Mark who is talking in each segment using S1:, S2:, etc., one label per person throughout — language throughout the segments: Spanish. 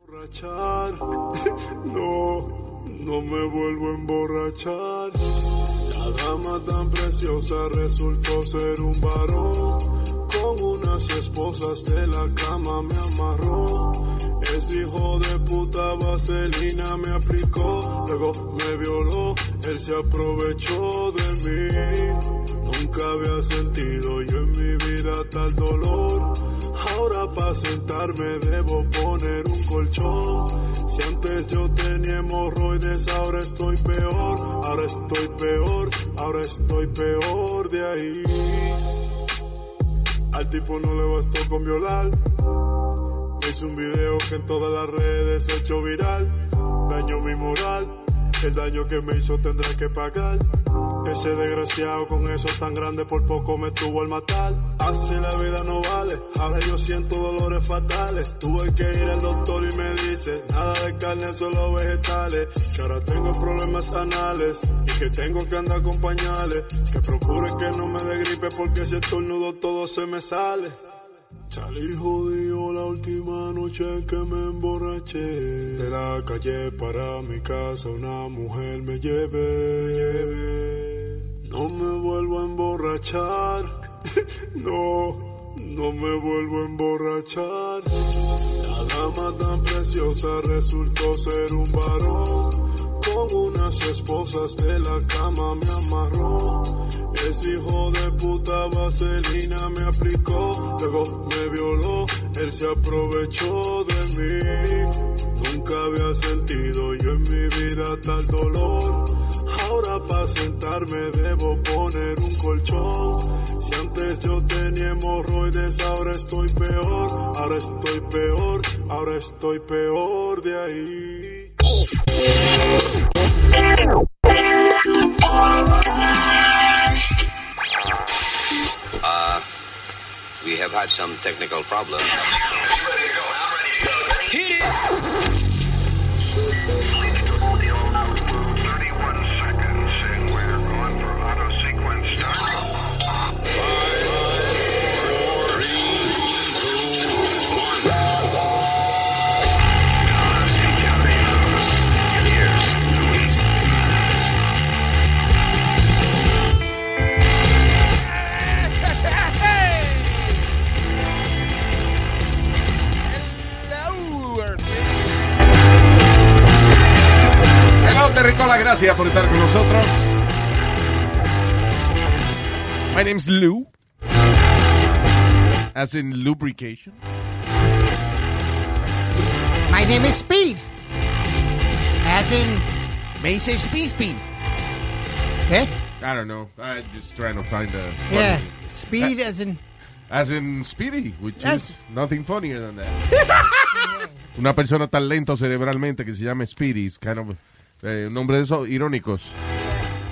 S1: emborrachar. No, no me vuelvo a emborrachar. La dama tan preciosa resultó ser un varón. Con unas esposas de la cama me amarró. Ese hijo de puta vaselina me aplicó. Luego me violó, él se aprovechó de mí. Nunca había sentido yo en mi vida tal dolor. Ahora para sentarme debo poner un colchón. Si antes yo tenía hemorroides, ahora estoy peor. Ahora estoy peor, ahora estoy peor de ahí. Al tipo no le bastó con violar. Me hizo un video que en todas las redes se hecho viral. Daño mi moral. El daño que me hizo tendré que pagar. Ese desgraciado con eso tan grande por poco me tuvo al matar. Así la vida no vale, ahora yo siento dolores fatales. Tuve que ir al doctor y me dice, nada de carne, solo vegetales. Que ahora tengo problemas anales y que tengo que andar con pañales. Que procure que no me dé gripe porque si estornudo todo se me sale. Salí jodido la última noche que me emborraché. De la calle para mi casa una mujer me lleve. No me vuelvo a emborrachar. No, no me vuelvo a emborrachar. La dama tan preciosa resultó ser un varón con unas esposas de la cama me amarró. Ese hijo de puta vaselina me aplicó, luego me violó, él se aprovechó de mí. Nunca había sentido yo en mi vida tal dolor. Ahora para sentarme debo poner un colchón. Si antes yo tenía hemorroides, ahora estoy peor, ahora estoy peor, ahora estoy peor de ahí.
S2: Uh, we have had some technical problems. Hit
S3: Hello, Terricola, gracias por estar con nosotros. My name's Lou. As in lubrication.
S4: My name is Speed. As in, me say Speed Speed. ¿Qué?
S3: I don't know. I'm just trying to find a. funny-
S4: Yeah, Speed as in...
S3: As in Speedy, which
S4: Yes.
S3: is nothing funnier than that. Una persona tan lento cerebralmente que se llama Speedy es kind of, eh, un nombre de esos irónicos.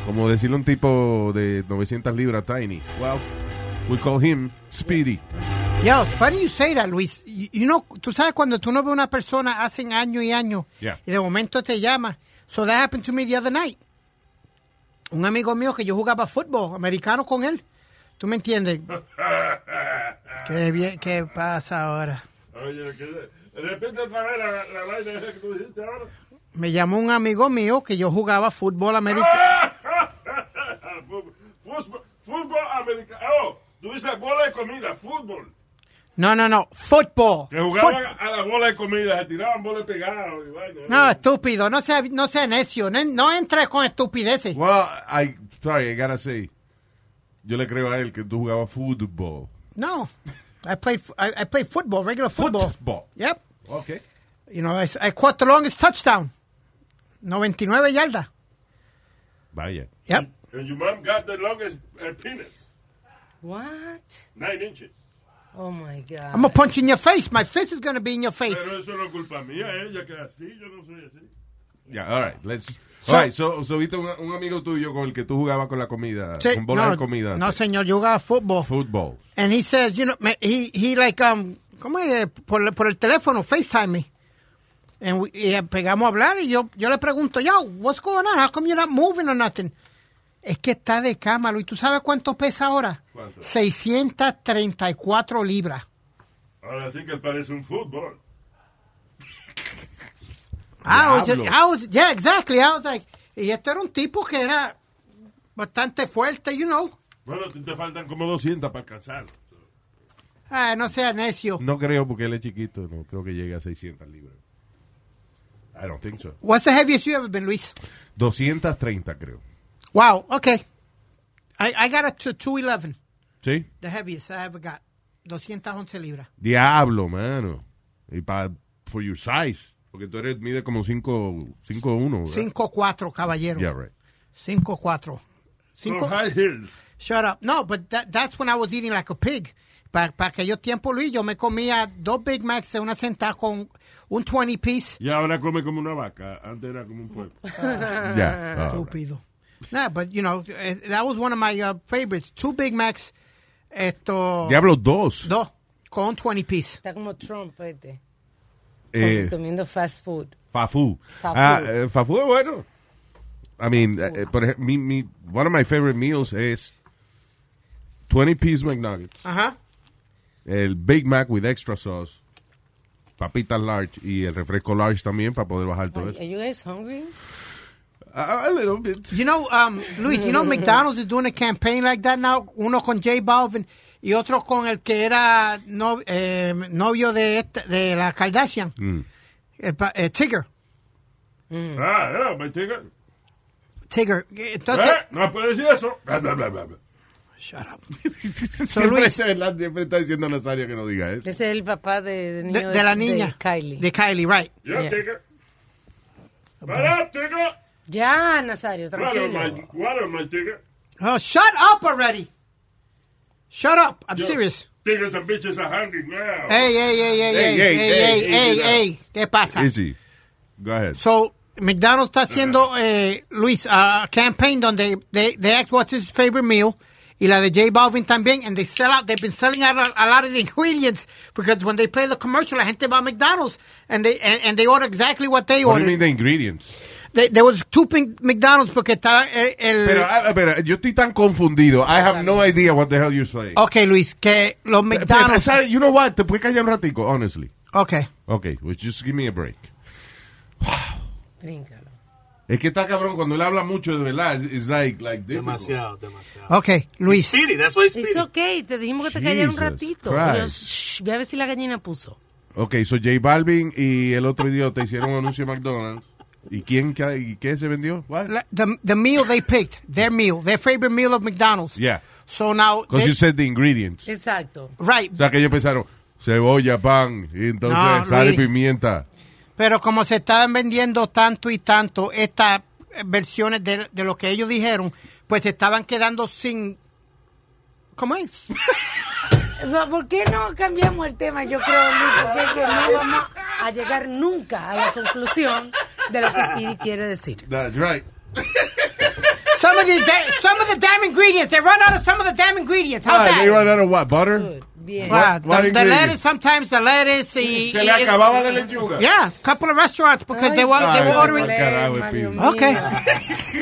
S3: Como decirle a un tipo de 900 libras tiny. Well, we call him Speedy.
S4: Yo, it's funny you say that, Luis. You, you know, tú sabes cuando tú no ves una persona hace años y años
S3: Yeah.
S4: y de momento te llama. So that happened to me the other night. Un amigo mío que yo jugaba fútbol americano con él. ¿Tú me entiendes? ¿Qué, bien, ¿Qué pasa ahora?
S5: Oye, que repite otra vez la, la vaina esa que tú dijiste ahora.
S4: Me llamó un amigo mío que yo jugaba fútbol americano.
S5: Fútbol, fútbol- fútbol americano. Oh, tú dices bola de comida, fútbol.
S4: No, no, no. Fútbol.
S5: Que jugaban
S4: Fut-
S5: a la bola de comida, se tiraban bolas pegadas y vaina.
S4: No, estúpido. No sea, no sea necio. No, no entres con estupideces.
S3: Well, I, sorry, I gotta say. Yo le creo a él que tú jugabas fútbol.
S4: No. I played, I, I played football, regular football.
S3: Football.
S4: Yep.
S3: Okay.
S4: You know, I, I caught the longest touchdown. 99 yardas.
S3: Vaya.
S4: Yep.
S5: And your mom got the longest uh, penis,
S6: What?
S5: nine inches.
S6: Oh my God.
S4: I'm going to punch in your face. My fist is going to be in your face.
S5: Pero eso no es culpa mía, ella que es así, yo no soy así.
S3: Yeah, all right, let's.
S4: So-
S3: All right, so, so viste un, un amigo tuyo con el que tú jugabas con la comida,
S4: Sí,
S3: con bolas de comida.
S4: no, señor, yo jugaba football.
S3: Fútbol.
S4: And he says, you know, ma- he, he like, um, ¿cómo es? Por, por el teléfono, FaceTime me. And we, y pegamos a hablar y yo, yo le pregunto, yo, what's going on? How come you're not moving or nothing? Es que está de cámara. ¿Y tú sabes cuánto pesa ahora?
S5: ¿Cuánto?
S4: 634 libras.
S5: Ahora sí que parece un fútbol.
S4: I was,
S3: Diablo.
S4: I was, yeah, exactly. I was like, y este era un tipo que era bastante fuerte, you know.
S5: Bueno, te, te faltan como 200 para alcanzar.
S4: Ah, no sea necio.
S3: No creo porque él es chiquito, no creo que llegue a 600 libras. I don't think so.
S4: What's the heaviest you ever been, Luis?
S3: 230 creo.
S4: Wow, okay. I, I got it to 211,
S3: ¿Sí?
S4: the heaviest I ever got. 211 libras.
S3: Diablo, mano. Y para for your size, porque tú eres mide como 5 5 1,
S4: 5'4", caballero.
S3: Yeah, right.
S4: 5'4".
S5: No
S4: Cinco-
S5: high heels.
S4: Shut up. No, but that, that's when I was eating like a pig. Para pa aquellos tiempos, Luis, yo me comía dos Big Macs de una sentada con un 20 piece.
S5: Y ahora come como una vaca. Antes era como un pueblo.
S4: Ah.
S3: Yeah. all right.
S4: Estúpido. Nah, but you know, eh, that was one of my uh, favorites. Two Big Macs, esto,
S3: Diablo 2.
S4: dos, con un 20 piece.
S6: Está como Trump, este.
S3: Eh,
S6: Comiendo fast food.
S3: Fafu.
S6: Fafu.
S3: Ah, eh, Fafu es bueno. I mean, eh, eh, por ejemplo, mi, mi, one of my favorite meals es 20 piece McNuggets,
S4: Ajá.
S3: el Big Mac with extra sauce, papitas large y el refresco large también para poder bajar todo
S6: Are,
S3: eso.
S6: are you guys hungry?
S3: A, a little bit.
S4: You know, um, Luis, you know McDonald's is doing a campaign like that now. Uno con J Balvin y otro con el que era no- eh, novio de, esta- de la Kardashian, el, pa- eh, Tigger.
S5: Ah, era, me chica.
S4: Tigger. Entonces, Ah,
S5: ¿Eh? No puedes decir eso. Bla, bla, bla, bla, bla.
S4: Shut up. So,
S3: Siempre,
S4: Luis,
S3: está, siempre está diciendo a Nazario que no diga eso.
S6: Ese es el papá de, del
S4: de,
S6: niño
S4: de la niña.
S6: de Kylie.
S4: De Kylie, right.
S5: Ya,
S6: Yeah.
S5: chica. Para, chica.
S6: Ya, Nazario,
S5: Water, my,
S6: tranquilo.
S5: water, my chica.
S4: Oh, shut up already. Shut up. I'm
S5: Yo-
S4: serious.
S5: Tigers and bitches are hungry now.
S4: Hey, hey, hey, hey, hey,
S3: Hey, hey,
S4: hey, hey,
S3: hey,
S4: hey,
S3: easy
S4: hey. ¿Qué pasa?
S3: Easy. Go ahead.
S4: So, McDonald's está haciendo, eh, Luis, a campaign donde they, they ask what's his favorite meal. Y la de J Balvin también. And they sell out. They've been selling out a, a lot of the ingredients. Because when they play the commercial, la gente va a McDonald's. And they, and, and they order exactly what they
S3: What do
S4: order.
S3: you mean the ingredients?
S4: They- there was two pink McDonald's porque estaba el... el-
S3: Pero, ah, pero yo estoy tan confundido. I have no idea what the hell you're saying.
S4: Ok, Luis, que los
S3: Pero,
S4: McDonald's.
S3: ¿sabes? You know what? Te puedes callar un ratico, honestly.
S4: Ok.
S3: Ok, well, just give me a break.
S6: Bríncalo.
S3: Es que está cabrón, cuando él habla mucho de verdad, it's it's like, like difficult.
S7: Oh,
S1: Demasiado, demasiado.
S4: Ok, Luis.
S1: Speedy, that's why
S6: It's
S1: Speedy.
S6: okay, te dijimos que te callara un
S3: Jesus
S6: ratito.
S3: Christ.
S6: Pero, shh, ve a ver si la gallina puso.
S3: Ok, so J Balvin y el otro idiota hicieron un anuncio de McDonald's. ¿Y quién ca- y qué se vendió? What?
S4: la- The, the meal they picked, their meal, their favorite meal of McDonald's.
S3: Yeah,
S4: So now.
S3: because
S4: they-
S3: you said the ingredients.
S6: Exacto.
S4: right.
S3: O sea, que ellos pensaron, cebolla, pan, y entonces
S4: No,
S3: sal y
S4: Luis.
S3: pimienta.
S4: Pero como se estaban vendiendo tanto y tanto estas eh, versiones de, de lo que ellos dijeron, pues se estaban quedando sin. ¿Cómo es?
S6: No, ¿Por qué no cambiamos el tema? Yo creo, Luis, porque es que no vamos a llegar nunca a la conclusión de lo que Pidi quiere decir.
S3: That's right.
S4: Some of the, da- some of the damn ingredients. They run out of some of the damn ingredients. How's
S3: Ah, they
S4: that?
S3: run out of what? Butter?
S6: Good, Bien.
S4: Ah, the,
S3: what
S4: the
S3: ingredients?
S4: lettuce, sometimes the lettuce. y-
S3: Se le
S4: y-
S3: acababa la lechuga.
S4: Yeah, a couple of restaurants because they were,
S3: Ay, oh,
S4: they were
S3: qué
S4: ordering.
S3: mal carajo, Pidi.
S4: Okay.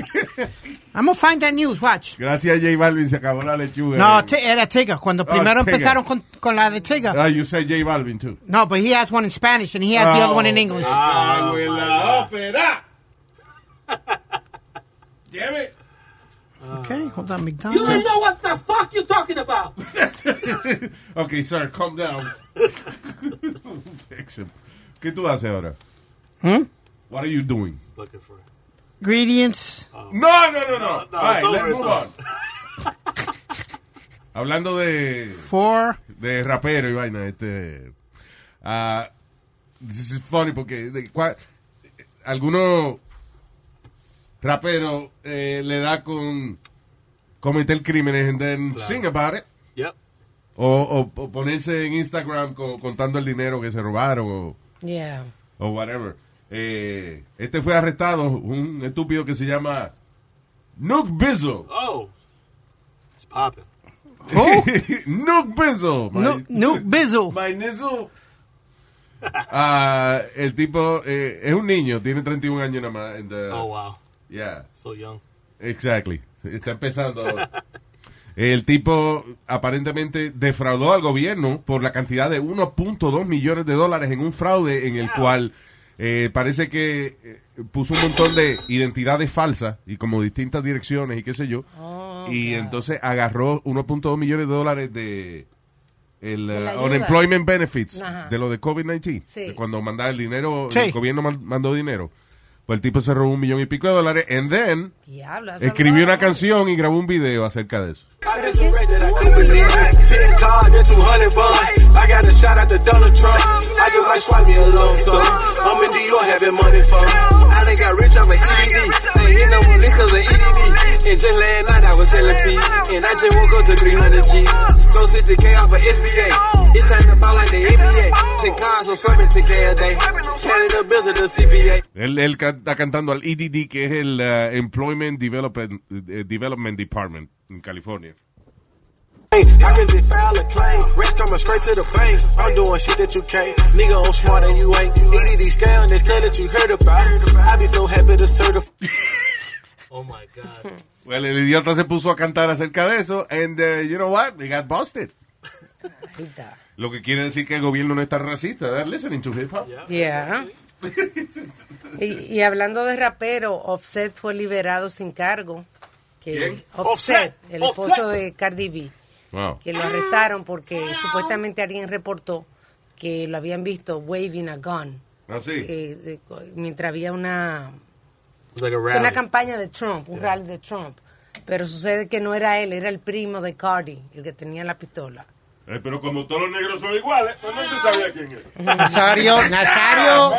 S4: I'm gonna find that news. Watch.
S3: Gracias a J Balvin se acabó la lechuga.
S4: No, Ti- era Tigger. Cuando primero
S3: Tigger.
S4: empezaron con, con la de Tigger.
S3: Ah, you said J Balvin too.
S4: No, but he has one in Spanish and he has the other one in English.
S3: Ah, güey, la ópera. Damn it.
S4: Okay, hold on,
S8: You don't
S4: McDonald's.
S8: know what the fuck you're talking about.
S3: Okay, sir, calm down. Fix him. ¿Qué tú haces ahora?
S4: Hmm?
S3: What are you doing?
S1: Looking for it.
S4: Ingredients.
S3: No, no, no, no.
S1: no,
S3: All
S1: it's
S3: right,
S1: over,
S3: let's
S1: it's
S3: move
S1: over.
S3: on. Hablando de,
S4: for
S3: de rapero y vaina, este. ah, this is funny porque de- cua- algunos raperos eh, le da con cometer crímenes and then sing about it.
S1: Yep.
S3: O, o- o ponerse en Instagram co- contando el dinero que se robaron o,
S6: Yeah.
S3: o whatever. Eh, este fue arrestado, un estúpido que se llama Nuke Bizzle.
S1: Oh. It's popping.
S4: who?
S3: Nuke Bizzle. my-
S4: Nu- Nuke Bizzle.
S3: my nizzle. Ah, el tipo eh, es un niño, tiene 31 años nada más. and, uh,
S1: Oh, wow.
S3: Yeah,
S1: So young.
S3: exactly. Está empezando ahora. El tipo aparentemente defraudó al gobierno por la cantidad de 1.2 millones de dólares en un fraude en el cual eh, parece que eh, puso un montón de identidades falsas y como distintas direcciones y qué sé yo.
S6: Oh,
S3: y entonces agarró 1.2 millones de dólares de el
S6: De la
S3: eh,
S6: ayuda.
S3: unemployment benefits
S6: Ajá.
S3: de lo de COVID-19.
S6: Sí.
S3: de Cuando mandaba el dinero,
S4: Sí.
S3: el gobierno man- mandó dinero. Pues el tipo se robó un millón y pico de dólares. And then
S6: Diablo, has
S3: escribió una
S6: hablado.
S3: canción y grabó un video acerca de eso.
S9: I did some red that I couldn't believe. Ten times that 200 bond. I got a shot at the Donald Trump. I just might swipe me alone, so I'm in New York having money fun.
S2: I done got rich E off of EDD. Ain't hit no more liquors than EDD. And just last night I was selling P. And I just woke up to 300 G. Throw 60K off of SBA. It's time to ball like the NBA. Ten cars, I'm swapping 10K a day. Handing the bills to the CPA.
S3: Él, él ca- está cantando al EDD, que es el uh, Employment Development, eh, Development Department en California.
S9: I can just file a claim. Rest coming straight to the bank. I'm doing shit that you can't. Nigga, I'm smarter than you ain't. EDD scam, that's tell that you heard about. I be so happy to certify.
S7: Oh,
S3: Well, Pues el idiota se puso a cantar acerca de eso, and uh, you know what? He got busted.
S6: Quita.
S3: Lo que quiere decir que el gobierno no está racista. They're listening to hip hop.
S6: Yeah. y, y hablando de rapero, Offset fue liberado sin cargo. Que-
S3: ¿Quién?
S6: Offset,
S8: Offset,
S6: el
S8: Offset. Ah.
S6: esposo de Cardi B,
S3: Wow.
S6: que lo arrestaron porque supuestamente alguien reportó que lo habían visto waving a gun
S3: Así.
S6: eh, de- co- mientras había una
S7: It's like a
S6: fue una
S7: rally.
S6: campaña de Trump, un rally de Trump. Pero sucede que no era él, era el primo de Cardi, el que tenía la pistola.
S5: Eh, pero como todos los negros son iguales, pues no se sabía quién era.
S4: Nazario, Nazario.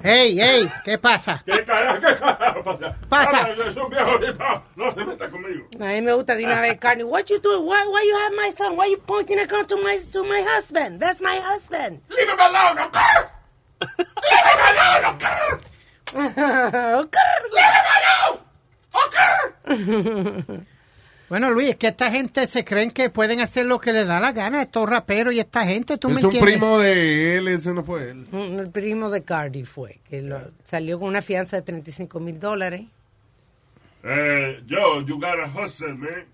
S4: Hey, hey, ¿qué pasa?
S5: ¿Qué carajo, qué carajo pasa?
S4: Pasa.
S5: Habla, yo soy un viejo ripao. No se meta conmigo.
S6: A mí me gusta de una vez Cardi. What you doing? Why, why you have my son? Why you pointing a gun to my, to my husband? That's my husband.
S5: ¡Leave him alone, okay? ¡Leave him alone, okay? Okay.
S4: Bueno, Luis, es que esta gente se creen que pueden hacer lo que les da la gana, estos raperos y esta gente, ¿tú me
S3: Es un
S4: entiendes?
S3: primo de él, ese no fue él.
S6: Mm, El primo de Cardi fue, que lo- salió con una fianza de 35 mil dólares.
S5: Eh, yo, you gotta hustle, man.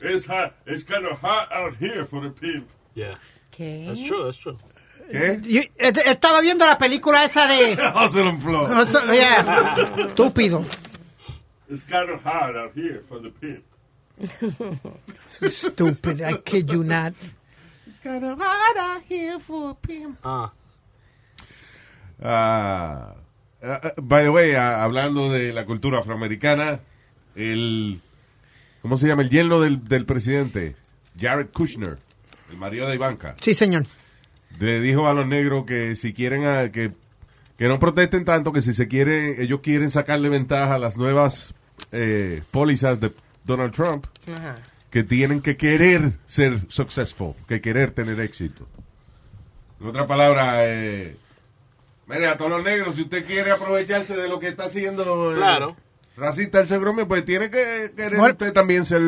S5: It's hot. It's kind of hot out here for the pimp.
S7: Yeah, that's
S6: ¿Qué?
S7: true. That's true.
S3: ¿Qué?
S4: Yo- est- estaba viendo la película esa de...
S3: Hustle and flow.
S4: o sea, yeah, estúpido.
S5: It's kind of hot out here for the pimp.
S4: Estúpido, I kid you not.
S7: Uh,
S3: Ah, ah, ah, by the way, ah, hablando de la cultura afroamericana, el. ¿Cómo se llama? El yerno del, del presidente, Jared Kushner, el marido de Ivanka,
S4: Sí, señor.
S3: le dijo a los negros que si quieren a- que, que no protesten tanto, que si se quiere, ellos quieren sacarle ventaja a las nuevas eh, pólizas de Donald Trump,
S6: Ajá.
S3: que tienen que querer ser successful, que querer tener éxito. En otra palabra, eh, mire, a todos los negros, si usted quiere aprovecharse de lo que está haciendo eh,
S7: Claro.
S3: racista el segromio, pues tiene que querer
S4: Bueno.
S3: usted también ser,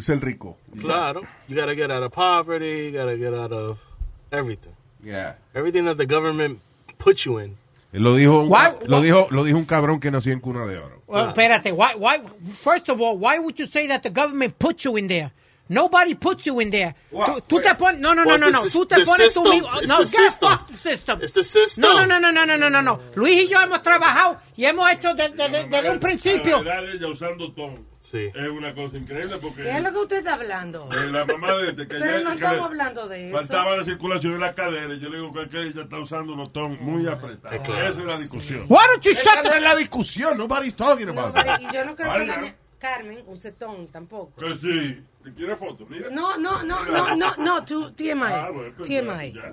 S3: ser rico.
S7: claro. You gotta get out of poverty. You gotta get out of everything.
S3: Yeah.
S7: Everything that the government puts you in.
S3: Él Lo dijo, un-
S4: What?
S3: lo dijo, lo dijo un cabrón que nació en cuna de oro.
S4: Well, espérate, why, why, first of all, why would you say that the government put you in there? Nobody puts you in there. Tú, tú te pones, no, no, no,
S7: Well,
S4: no,
S7: it's
S4: no,
S7: the
S4: tú
S7: sys-
S4: te
S7: pues the
S4: pones tú
S7: system.
S4: mismo.
S7: It's
S4: No,
S7: the
S4: get
S7: system.
S4: fuck the system.
S7: It's the system.
S4: No, no, no, no, no, no, no, no, no. Luis y yo hemos trabajado y hemos hecho desde desde un
S5: La
S4: principio.
S5: verdad, ella usando todo.
S7: Sí.
S5: Es una cosa increíble porque.
S6: ¿Qué es lo que usted está hablando?
S5: eh, la mamá de de que
S6: Pero
S5: ella-
S6: no
S5: que
S6: estamos
S5: le
S6: hablando de eso.
S5: Faltaba la circulación de la cadera. Yo le digo que que ella está usando un botón muy apretado. Esa es la discusión.
S4: Why don't you shut the...
S3: es la discusión, nobody's talking
S6: No,
S3: about
S6: pero-
S3: it.
S6: y yo no creo que
S5: Vaya.
S6: la- Carmen use ton tampoco.
S5: Que sí. ¿Te quiere foto? Mira.
S6: No, no, no, no, no, no, tú,
S5: Ah, bueno,
S6: TMI.
S5: pues,
S6: TMI.
S5: ya.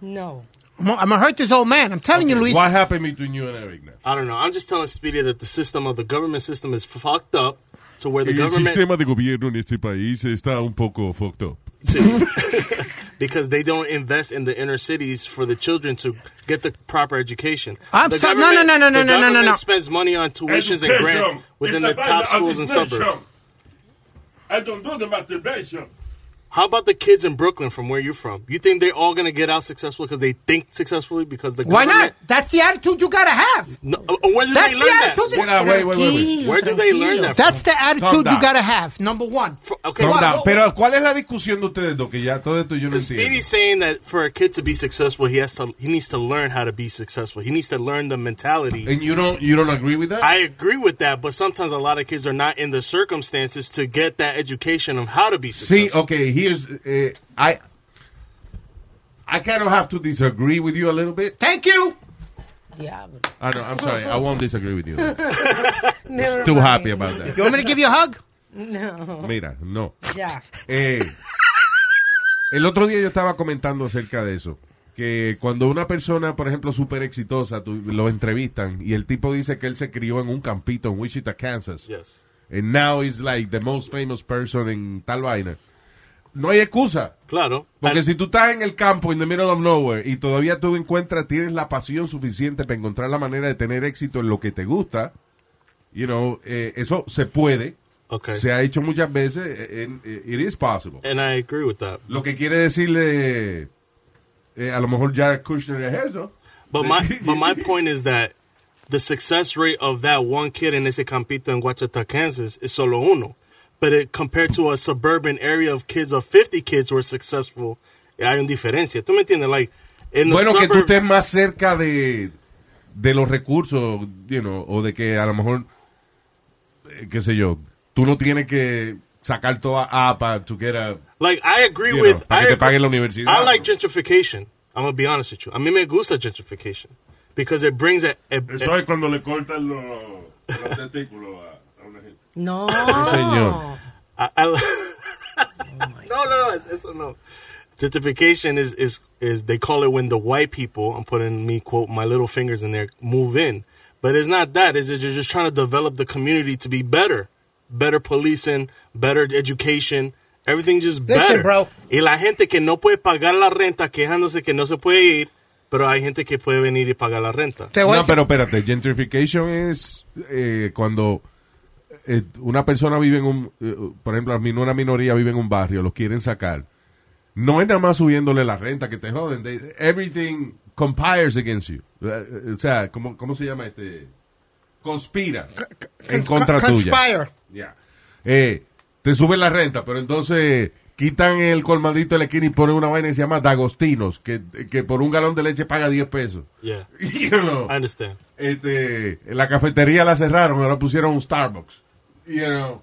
S6: No.
S4: I'm gonna hurt this old man. I'm telling you, Luis.
S3: What happened between you and Eric now?
S7: I don't know. I'm just telling Speedy that the system of the government system is fucked up to where the government
S3: de gobierno en este país está un poco fucked up.
S7: to- because they don't invest in the inner cities for the children to get the proper education.
S4: I'm
S7: the
S4: so- no, no, no, no, no, no, no,
S7: the
S4: no,
S7: government
S4: no.
S7: spends money on tuitions and
S5: Education
S7: grants within
S5: is
S7: the top
S5: about
S7: schools and
S5: education.
S7: suburbs.
S5: I don't do the masturbation.
S7: How about the kids in Brooklyn from where you're from? You think they're all going to get out successful because they think successfully because the
S4: Why
S7: government-
S4: not? That's the attitude you gotta have.
S7: No, uh, where did
S4: That's
S7: they
S4: the
S7: learn that?
S4: attitude.
S3: Wait, uh, wait, wait, wait, wait.
S7: Where did they learn that from?
S4: That's the attitude
S3: down.
S4: you gotta have. Number one.
S7: Okay,
S3: Calm
S7: what-
S3: down.
S7: what-
S3: Pero, ¿cuál es la discusión de ustedes dos? Que ya todo esto yo no entiendo.
S7: Speedy's saying that for a kid to be successful, he has to he needs to learn how to be successful. He needs to learn the mentality.
S3: And you don't, you don't agree with that?
S7: I agree with that, but sometimes a lot of kids are not in the circumstances to get that education of how to be
S3: See,
S7: successful.
S3: okay, here's eh, I I kind of have to disagree with you a little bit.
S4: Thank you.
S6: Diablo.
S3: I know, I'm sorry. I won't disagree with you.
S6: Never
S3: Too
S6: mind.
S3: happy about that.
S4: You want me to give you a hug?
S6: No.
S3: Mira, no.
S6: Ya.
S3: Eh, el otro día yo estaba comentando acerca de eso. Que cuando una persona, por ejemplo, súper exitosa, tú- lo entrevistan y el tipo dice que él se crió en un campito en Wichita, Kansas.
S7: Yes.
S3: And now he's like the most famous person en tal vaina. No hay excusa.
S7: Claro.
S3: Porque si tú estás en el campo, in the middle of nowhere, y todavía tú encuentras, tienes la pasión suficiente para encontrar la manera de tener éxito en lo que te gusta, you know, eh, eso se puede.
S7: Okay.
S3: Se ha hecho muchas veces. eh, en- eh, it is possible.
S7: And I agree with that.
S3: Lo que quiere decirle, eh, a lo mejor Jared Kushner es eso.
S7: But my but my point is that the success rate of that one kid in ese campito in Guachata, Kansas is solo uno. But it, compared to a suburban area of kids of 50 kids who are successful, hay un diferencia. ¿Tú me entiendes? Like, in the
S3: Bueno, que tú
S7: suburb-
S3: estés más cerca de, de los recursos, you know, o de que a lo mejor, eh, qué sé yo, tú no tienes que sacar toda A para tú quieras.
S7: Like, I agree
S3: You
S7: with...
S3: know, para
S7: I
S3: que te
S7: agree-
S3: pague la universidad.
S7: I like gentrification. I'm going to be honest with you. A mí me gusta gentrification. Because it brings a... a-
S5: Eso es cuando le cortan los, los testículos a, a una gente.
S6: No.
S3: señor.
S7: I, I, no, no, no, es- eso no. Gentrification is, is, is, they call it when the white people, I'm putting me, quote, my little fingers in there, move in. But it's not that. It's just, you're just trying to develop the community to be better. Better policing, better education, everything just
S4: Listen,
S7: better.
S4: bro.
S7: Y la gente que no puede pagar la renta quejándose que no se puede ir, pero hay gente que puede venir y pagar la renta.
S4: Te voy a-
S3: No, pero espérate, gentrification es eh, cuando eh, una persona vive en un, eh, por ejemplo, una minoría vive en un barrio, los quieren sacar. No es nada más subiéndole la renta que te joden. they- everything conspires against you. Eh, eh, O sea, ¿cómo, cómo se llama este? Conspira en contra
S4: Con-
S3: tuya.
S4: Conspire.
S3: Ya. Eh, te suben la renta, pero entonces quitan el colmadito de la esquina y ponen una vaina que se llama Dagostinos, que, que por un galón de leche paga 10 pesos.
S7: Yeah,
S3: You know.
S7: I understand.
S3: Este, la cafetería la cerraron, ahora pusieron un Starbucks. You know,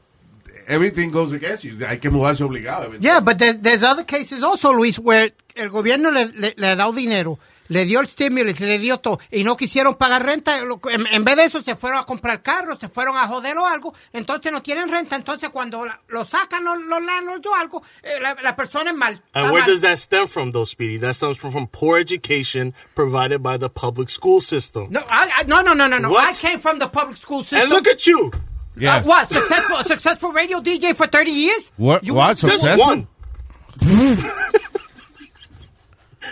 S3: everything goes against you. Hay que mudarse obligado.
S4: Yeah, but there, there's other cases also, Luis, where el gobierno le, le, le ha dado dinero, le dio el stimulus, le dio todo, y no quisieron pagar renta. Lo- En, en vez de eso, se fueron a comprar carros, se fueron a joder o algo, entonces no tienen renta. Entonces, cuando la- lo sacan los, los landlords o algo, eh, la, la persona es mal. está
S7: And where
S4: mal.
S7: does that stem from, though, Speedy? That stems from, from poor education provided by the public school system.
S4: No, I, I, no, no, no, no, no.
S7: What?
S4: I came from the public school system.
S7: and look at you.
S4: Uh, what? Successful, a successful radio DJ for 30 years?
S3: What-
S4: You-
S3: what?
S7: That's
S3: Successful?
S7: one.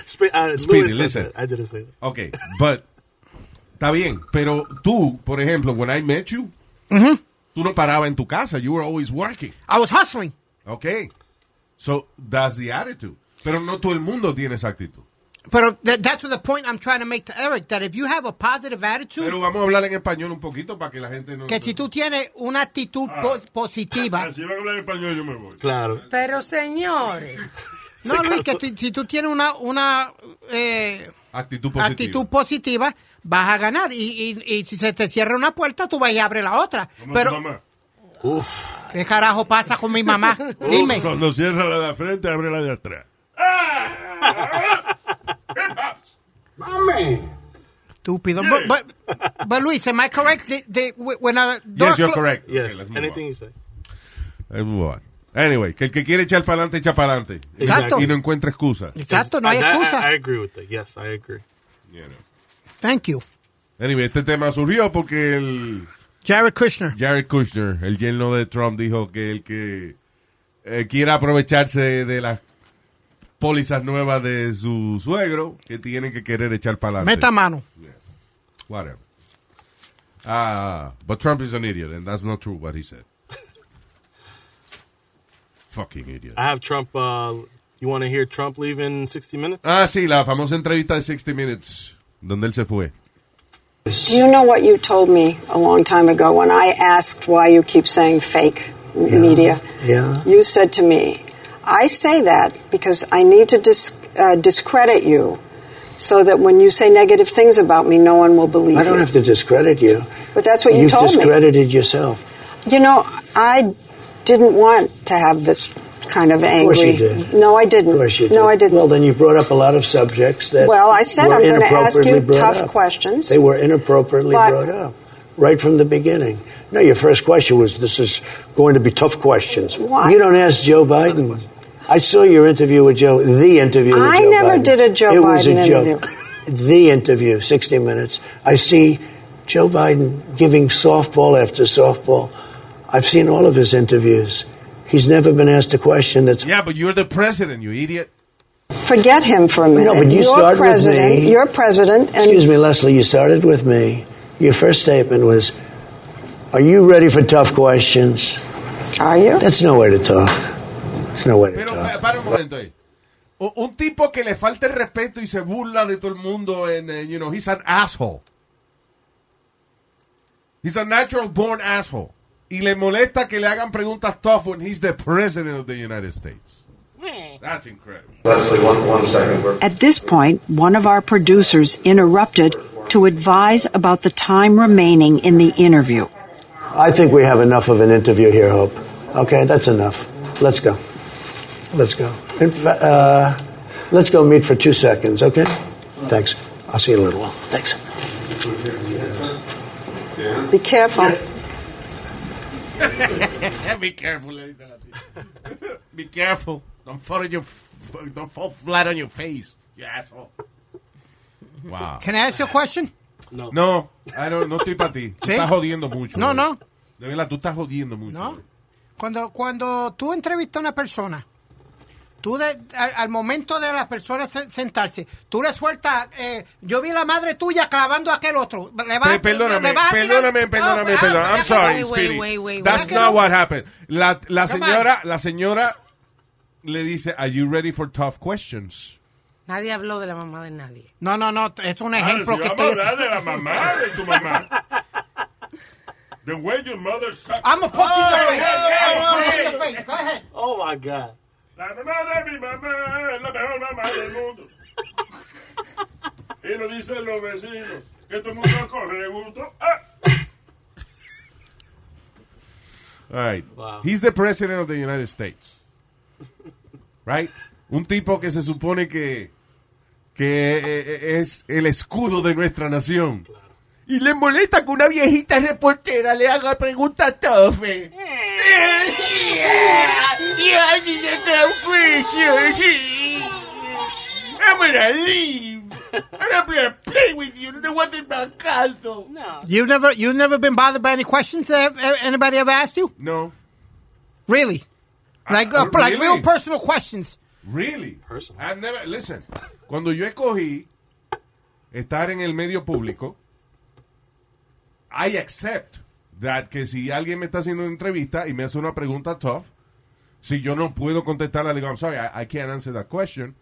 S7: Spe- uh,
S3: Speedy,
S7: Louis said
S3: listen.
S7: that. I didn't say that.
S3: Ok, but, está bien, pero tú, por ejemplo, when I met you, tú no parabas en tu casa, you were always working.
S4: I was hustling.
S3: Ok, so that's the attitude. Pero no todo el mundo tiene esa actitud.
S4: But that, that's the point I'm trying to make to Eric, that if you have a positive attitude,
S3: Pero vamos a hablar en español un poquito para que la gente no...
S4: que si tú tienes una actitud po- positiva,
S5: Ah, si van a hablar español, yo me voy.
S7: Claro.
S6: Pero señores,
S4: no Luis, que tú- si tú tienes una, una eh,
S3: Actitud positiva.
S4: actitud positiva, vas a ganar. Y, y- y si se te cierra una puerta, tú vas y abres la otra.
S5: Como tu
S4: Pero,
S5: mamá.
S7: Oof.
S4: ¿qué carajo pasa con mi mamá? Dime.
S5: Cuando cierra la de frente, abre la de atrás.
S4: Estúpido. But, but- but, Luis, am I correct? The- the- when a door
S3: Yes, you're
S4: clo-
S3: correct.
S7: Yes.
S3: Ok, let's move
S7: Anything
S3: on.
S7: you say.
S3: Let's move on. Anyway, que el que quiere echar para adelante, echa para adelante.
S4: Exacto.
S3: Y no encuentra excusa.
S4: Exacto, no hay
S7: I- I-
S4: excusa.
S7: I, I agree with that. Yes, I agree.
S3: You know.
S4: Thank you.
S3: Anyway, este tema surgió porque el
S4: Jared Kushner.
S3: Jared Kushner, el yerno de Trump, dijo que el que eh, quiera aprovecharse de las pólizas nuevas de su suegro, que tienen que querer echar para adelante.
S4: Meta mano.
S3: Whatever. Ah, but Trump is an idiot, and that's not true what he said. Fucking idiot.
S7: I have Trump. Uh, you want to hear Trump leave in 60 minutes?
S3: Ah, sí, la famosa entrevista de 60 Minutes, donde él se fue.
S10: Do you know what you told me a long time ago when I asked why you keep saying fake m- media?
S7: Yeah.
S10: You said to me, I say that because I need to dis- uh, discredit you so that when you say negative things about me, no one will believe
S11: I don't
S10: you.
S11: have to discredit you.
S10: But that's what you
S11: You've
S10: told me.
S11: discredited yourself.
S10: You know, I didn't want to have this kind of
S11: Of
S10: angry.
S11: course you did.
S10: No, I didn't.
S11: Of course you did.
S10: No, I didn't.
S11: Well, then you brought up a lot of subjects that
S10: Well, I said
S11: were
S10: I'm gonna ask
S11: inappropriately
S10: you
S11: brought
S10: tough
S11: up.
S10: questions.
S11: They were inappropriately
S10: But-
S11: brought up right from the beginning. No, your first question was, "This is going to be tough questions."
S10: Why?
S11: You don't ask Joe Biden. I saw your interview with Joe, the interview with
S10: I
S11: Joe
S10: never
S11: Biden.
S10: did a Joe
S11: It was
S10: Biden
S11: a joke.
S10: interview.
S11: The interview, 60 minutes. I see Joe Biden giving softball after softball. I've seen all of his interviews. He's never been asked a question that's
S3: Yeah, but you're the president, you idiot.
S10: Forget him for a minute.
S11: No, but you
S10: are
S11: started with
S10: president,
S11: me.
S10: You're president, and
S11: Excuse me, Leslie, you started with me. Your first statement was, Are you ready for tough questions?
S10: are you?
S11: That's no way to talk. It's no way to
S3: Pero
S11: talk.
S3: pa- para un momento ahí. U- Un tipo que le falta el respeto y se burla de todo el mundo, and, eh, you know, he's an asshole. He's a natural born asshole. Y le molesta que le hagan preguntas tough when he's the president of the United States. That's incredible.
S12: Leslie, one, one second. We're-
S13: At this point, one of our producers interrupted to advise about the time remaining in the interview.
S11: I think we have enough of an interview here, Hope. Okay, that's enough. Let's go. Let's go. In fa- uh, let's go meet for two seconds, okay? Thanks. I'll see you in a little while. Thanks.
S10: Be careful.
S3: Be careful, eh, le dice la tía. Be careful. Don't fall, on your f- don't fall flat on your face, you asshole. Wow.
S4: Can I ask you a question?
S3: No. No, I don't- no estoy para ti. Tú
S4: ¿Sí?
S3: estás jodiendo mucho.
S4: No,
S3: güey.
S4: no.
S3: De verdad, tú estás jodiendo mucho.
S4: ¿no?
S3: güey.
S4: Cuando, cuando tú entrevistas a una persona, tú de- al, al momento de la persona se- sentarse, tú le sueltas, eh, yo vi a la madre tuya clavando a aquel otro. Le vas a-
S3: Pe- perdóname,
S4: le vas a tirar-
S3: perdóname,
S4: Oh,
S3: perdóname,
S4: ah,
S3: perdóname. I'm
S4: ¿verdad que
S3: sorry,
S4: no?
S3: Speedy.
S4: ¿Verdad
S3: That's
S4: que
S3: not
S4: no?
S3: what happened. La, la
S4: Come
S3: señora, la señora le dice, "Are you ready for tough questions?"
S6: Nadie habló de la mamá de nadie.
S4: No, no, no, es
S3: Ah,
S4: un
S5: Ahora,
S4: ejemplo
S5: si
S4: que estoy...
S5: vamos a hablar de la mamá de tu mamá. Then where your mother sucked.
S4: I'm a poke you in the
S5: Oh,
S4: face.
S5: yeah,
S4: I'm
S5: yeah,
S4: gonna poke
S5: yeah.
S4: you in the face. Go ahead.
S11: Oh, my God.
S5: La mamá de mi mamá es la mejor mamá del mundo. y lo dicen los vecinos. Que todo el mundo corre gusto. Ah,
S3: All right.
S5: Wow.
S3: He's the president of the United States. Right? Un tipo que se supone que que eh, eh, es el escudo de nuestra nación. Y le molesta que una viejita reportera le haga preguntas tough. eh. eh. I'm gonna leave. I'm not gonna play with you. No voy a hacer caso. No.
S4: You've never, you've never been bothered by any questions that eh, anybody ever asked you?
S3: No.
S4: Really? Like,
S3: Uh,
S4: uh, like
S3: really?
S4: real personal questions.
S3: Really? I've never, listen, cuando yo escogí estar en el medio público, I accept that que si alguien me está haciendo una entrevista y me hace una pregunta tough, si yo no puedo contestarla, le digo, I'm sorry, I, I can't answer that question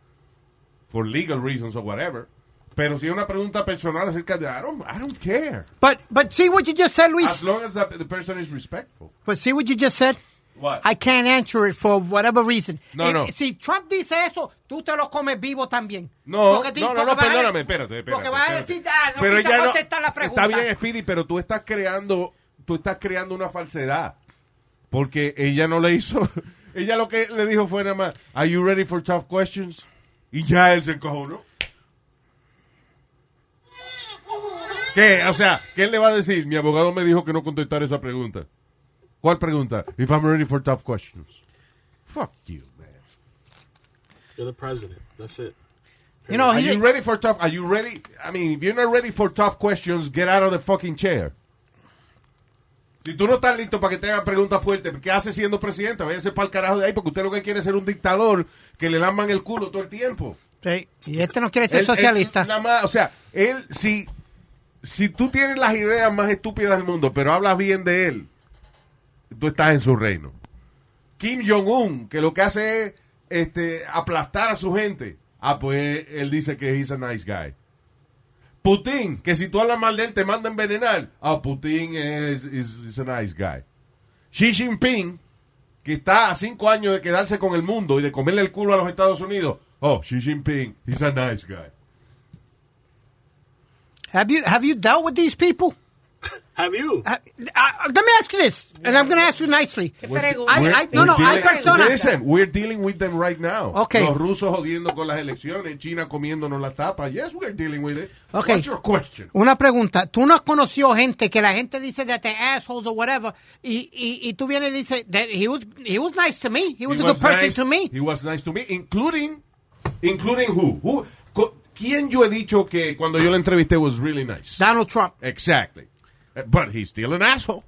S3: for legal reasons or whatever. Pero si es una pregunta personal acerca de, I don't, I don't care.
S4: But, but see what you just said, Luis?
S3: As long as the, the person is respectful.
S4: But see what you just said?
S3: What?
S4: I can't answer it for whatever reason.
S3: No,
S4: Eh,
S3: no.
S4: Si Trump dice eso, tú te lo comes vivo también.
S3: No,
S4: Porque ti-
S3: no, no,
S4: porque
S3: no,
S4: vas a-
S3: perdóname, espérate, espérate.
S4: Porque vas a
S3: espérate.
S4: decir, ah, no
S3: Pero
S4: quise
S3: ella no-
S4: contestar la pregunta.
S3: Está bien, Speedy, pero tú estás creando, tú estás creando una falsedad. Porque ella no le hizo, ella lo que le dijo fue nada más, are you ready for tough questions? Y ya él se encojonó. ¿Qué? O sea, ¿qué él le va a decir? Mi abogado me dijo que no contestar esa pregunta. ¿Cuál pregunta? If I'm ready for tough questions. Fuck you, man.
S7: You're the president. That's it.
S4: You know,
S3: are
S4: he,
S3: you ready for tough? Are you ready? I mean, if you're not ready for tough questions, get out of the fucking chair. Si tú no estás listo para que te hagan preguntas fuertes, ¿qué hace siendo presidente? Váyase para el carajo de ahí, porque usted lo que quiere es ser un dictador que le lamban el culo todo el tiempo.
S4: Sí, y este no quiere ser
S3: Él-
S4: socialista.
S3: él nada más- o sea, él, si, si tú tienes las ideas más estúpidas del mundo, pero hablas bien de él, tú estás en su reino. Kim Jong-un, que lo que hace es este, aplastar a su gente. Ah, pues él dice que he's a nice guy. Putin, que si tú hablas mal de él te manda a envenenar. Ah, Putin es is, is a nice guy. Xi Jinping, que está a cinco años de quedarse con el mundo y de comerle el culo a los Estados Unidos. Oh, Xi Jinping, he's a nice guy.
S4: Have you have you dealt with these people?
S7: Have you?
S4: Uh, uh, let me ask you this, and I'm going to ask you nicely. I, I, no,
S3: We're
S4: no, hay
S3: dealing-
S4: personas.
S3: Listen, we're dealing with them right now.
S4: Okay.
S3: Los rusos jodiendo con las elecciones, China comiéndonos las tapas. Yes, we're dealing with it.
S4: Okay.
S3: What's your question?
S4: Una pregunta. ¿Tú no has conocido gente que la gente dice that they're assholes or whatever, y, y, y tú vienes y dices that he was, he was nice to me, he was a
S3: He
S4: good
S3: was
S4: person
S3: nice-
S4: to me?
S3: He was nice to me, including, including who? Who- co- ¿Quién yo he dicho que cuando yo le entrevisté was really nice?
S4: Donald Trump.
S3: Exactly. Eh, But he's still an asshole.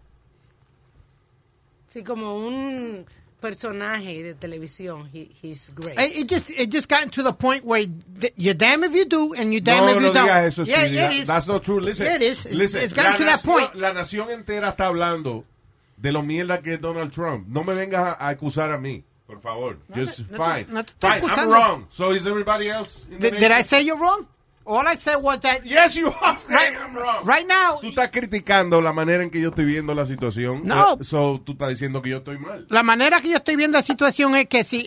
S6: Sí, como un personaje de televisión. He- he's great.
S4: It, it just it just gotten to the point where th- you're damn if you do and you're damn
S3: no,
S4: if
S3: no
S4: you don't.
S3: digas eso,
S4: yeah,
S3: Speedy. That-
S4: it is.
S3: That's not true. Listen,
S4: Yeah, it is. It's-
S3: listen,
S4: it's gotten
S3: la
S4: to that
S3: nación-
S4: point.
S3: La nación entera está hablando de lo mierda que es Donald Trump. No me vengas a, a acusar a mí, por favor. Just
S4: no te-
S3: fine.
S4: no te estoy
S3: fine, I'm
S4: acusando.
S3: wrong. So is everybody else in the
S4: Did, did I
S3: nation?
S4: say you're wrong? All I said was that.
S3: Yes, you are
S4: Right,
S3: I'm wrong.
S4: right now,
S3: Tú estás criticando la manera en que yo estoy viendo la situación.
S4: No.
S3: Eh, So tú estás diciendo que yo estoy mal.
S4: la manera que yo estoy viendo la situación es que si,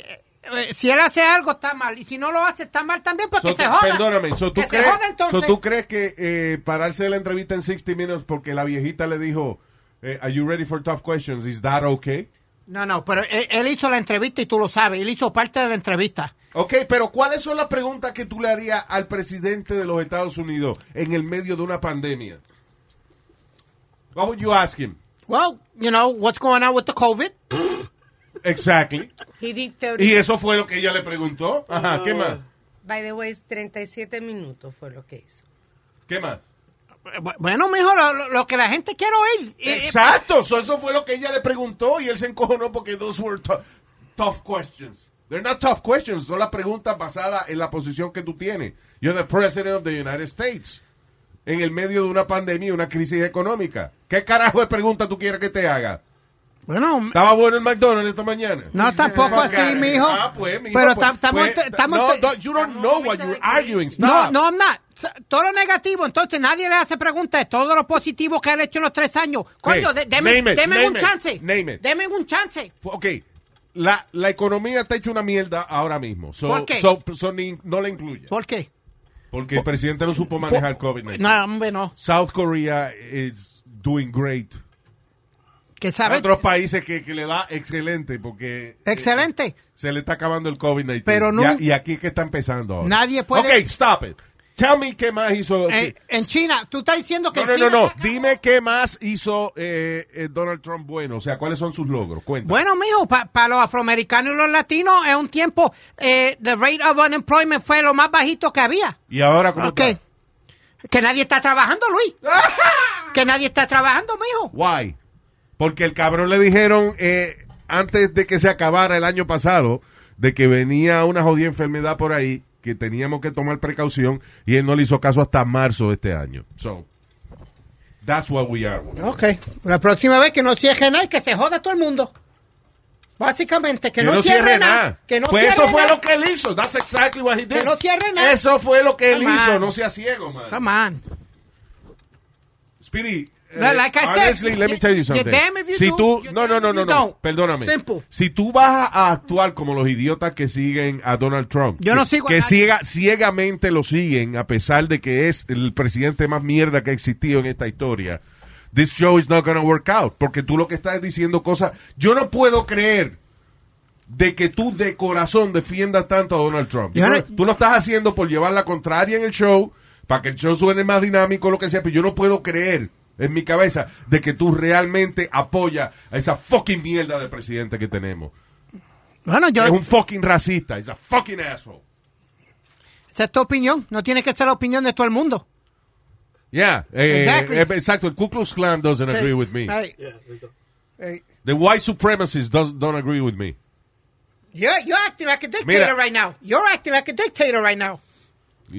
S4: eh, si él hace algo está mal y si no lo hace está mal también pues
S3: So,
S4: que se
S3: tú-
S4: joda.
S3: Perdóname. So, tú
S4: Que se
S3: crees,
S4: joda, entonces.
S3: so, ¿tú crees que eh, pararse de la entrevista en 60 Minutes porque la viejita le dijo, eh, Are you ready for tough questions? Is that okay?
S4: No, no, pero él, él hizo la entrevista y tú lo sabes, él hizo parte de la entrevista.
S3: Ok, pero ¿cuáles son las preguntas que tú le harías al presidente de los Estados Unidos en el medio de una pandemia? What would you ask him?
S4: Well, you know, what's going on with the COVID?
S3: Exactly.
S6: He did 30
S3: Y eso fue lo que ella le preguntó. Ajá, ¿qué más?
S6: By the way, 37 minutos fue lo que hizo.
S3: ¿Qué más?
S4: Bu- Eh, Bueno, mejor lo, lo que la gente quiere oír. Eh, eh,
S3: Exacto, so eso fue lo que ella le preguntó y él se encojonó porque those were tou- tough questions. They're not tough questions, son las preguntas basadas en la posición que tú tienes. You're the president of the United States. En el medio de una pandemia, una crisis económica. ¿Qué carajo de pregunta tú quieres que te haga?
S4: Bueno,
S3: Estaba bueno el McDonald's esta mañana.
S4: No, tampoco
S3: Fuck
S4: así,
S3: out of here.
S4: mijo.
S3: Ah, pues, mijo,
S4: Pero
S3: pues,
S4: tam- estamos-
S3: pues,
S4: estamos-
S3: No, no, you don't know what you're arguing.
S4: no,
S3: Stop.
S4: no, I'm not. S- Todo lo negativo, entonces nadie le hace preguntas de todo lo positivo que han hecho en los tres años. Coño,
S3: Hey,
S4: de- deme,
S3: name it,
S4: deme
S3: name
S4: un
S3: it,
S4: chance.
S3: name it.
S4: Deme un chance.
S3: Ok, la, la economía está hecha una mierda ahora mismo. So,
S4: ¿Por qué?
S3: so- so ni- no la incluye.
S4: ¿Por qué?
S3: Porque el presidente no supo manejar COVID-19.
S4: No, hombre, no.
S3: South Korea is doing great.
S4: Que sabe-
S3: Otros países que, que le da excelente porque eh,
S4: Excelente.
S3: se le está acabando el COVID-19.
S4: Pero no-
S3: Ya- Y aquí es que está empezando ahora.
S4: Nadie puede-
S3: Ok, stop it. Tell me qué más hizo.
S4: Eh, en China, tú estás diciendo que
S3: No, no,
S4: China
S3: no, no.
S4: está-
S3: Dime qué más hizo eh, eh, Donald Trump bueno. O sea, ¿cuáles son sus logros? Cuenta.
S4: Bueno, mijo, para los afroamericanos y los latinos en un tiempo, eh, the rate of unemployment fue lo más bajito que había.
S3: ¿Y ahora cómo
S4: Ok.
S3: está?
S4: Que nadie está trabajando, Luis. que nadie está trabajando, mijo.
S3: Why? Porque el cabrón le dijeron eh, antes de que se acabara el año pasado de que venía una jodida enfermedad por ahí que teníamos que tomar precaución y él no le hizo caso hasta marzo de este año. So, that's what we are.
S4: Ok. La próxima vez que no cierre nada y que se joda todo el mundo. Básicamente, que, no, cierre, nada. Que no
S3: pues
S4: cierre
S3: eso fue
S4: nada.
S3: lo que él hizo. That's exactly what he did.
S4: Que no cierre nada.
S3: Eso fue lo que él
S4: Come
S3: hizo.
S4: on.
S3: No sea ciego, man.
S4: Come on.
S3: Speedy. eh,
S4: No, like I said,
S3: honestly, let me tell you
S4: you're
S3: something.
S4: damn if you
S3: si
S4: do,
S3: tú,
S4: you're
S3: no, no,
S4: damn
S3: no,
S4: if
S3: no,
S4: you
S3: no,
S4: don't.
S3: perdóname.
S4: Simple.
S3: Si tú vas a actuar como los idiotas que siguen a Donald Trump,
S4: Yo
S3: que,
S4: no sigo a
S3: que
S4: nadie.
S3: ciega- ciegamente lo siguen a pesar de que es el presidente más mierda que ha existido en esta historia. This show is not gonna work out porque tú lo que estás diciendo cosas. Yo no puedo creer de que tú de corazón defiendas tanto a Donald Trump. Tú no, tú lo estás haciendo por llevar la contraria en el show, para que el show suene más dinámico, lo que sea, pero yo no puedo creer en mi cabeza de que tú realmente apoyas a esa fucking mierda de presidente que tenemos.
S4: Bueno, yo.
S3: Es un fucking racista, es a fucking asshole.
S4: Esa es tu opinión. No tiene que ser la opinión de todo el mundo.
S3: Yeah, eh,
S4: Exactly.
S3: eh, exacto. El Ku Klux Klan doesn't
S4: Sí.
S3: agree with me.
S4: Hey. Hey.
S3: The white supremacists does, don't agree with me.
S4: You're, you're acting like a dictator
S3: Mira.
S4: right now. You're acting like a dictator right now.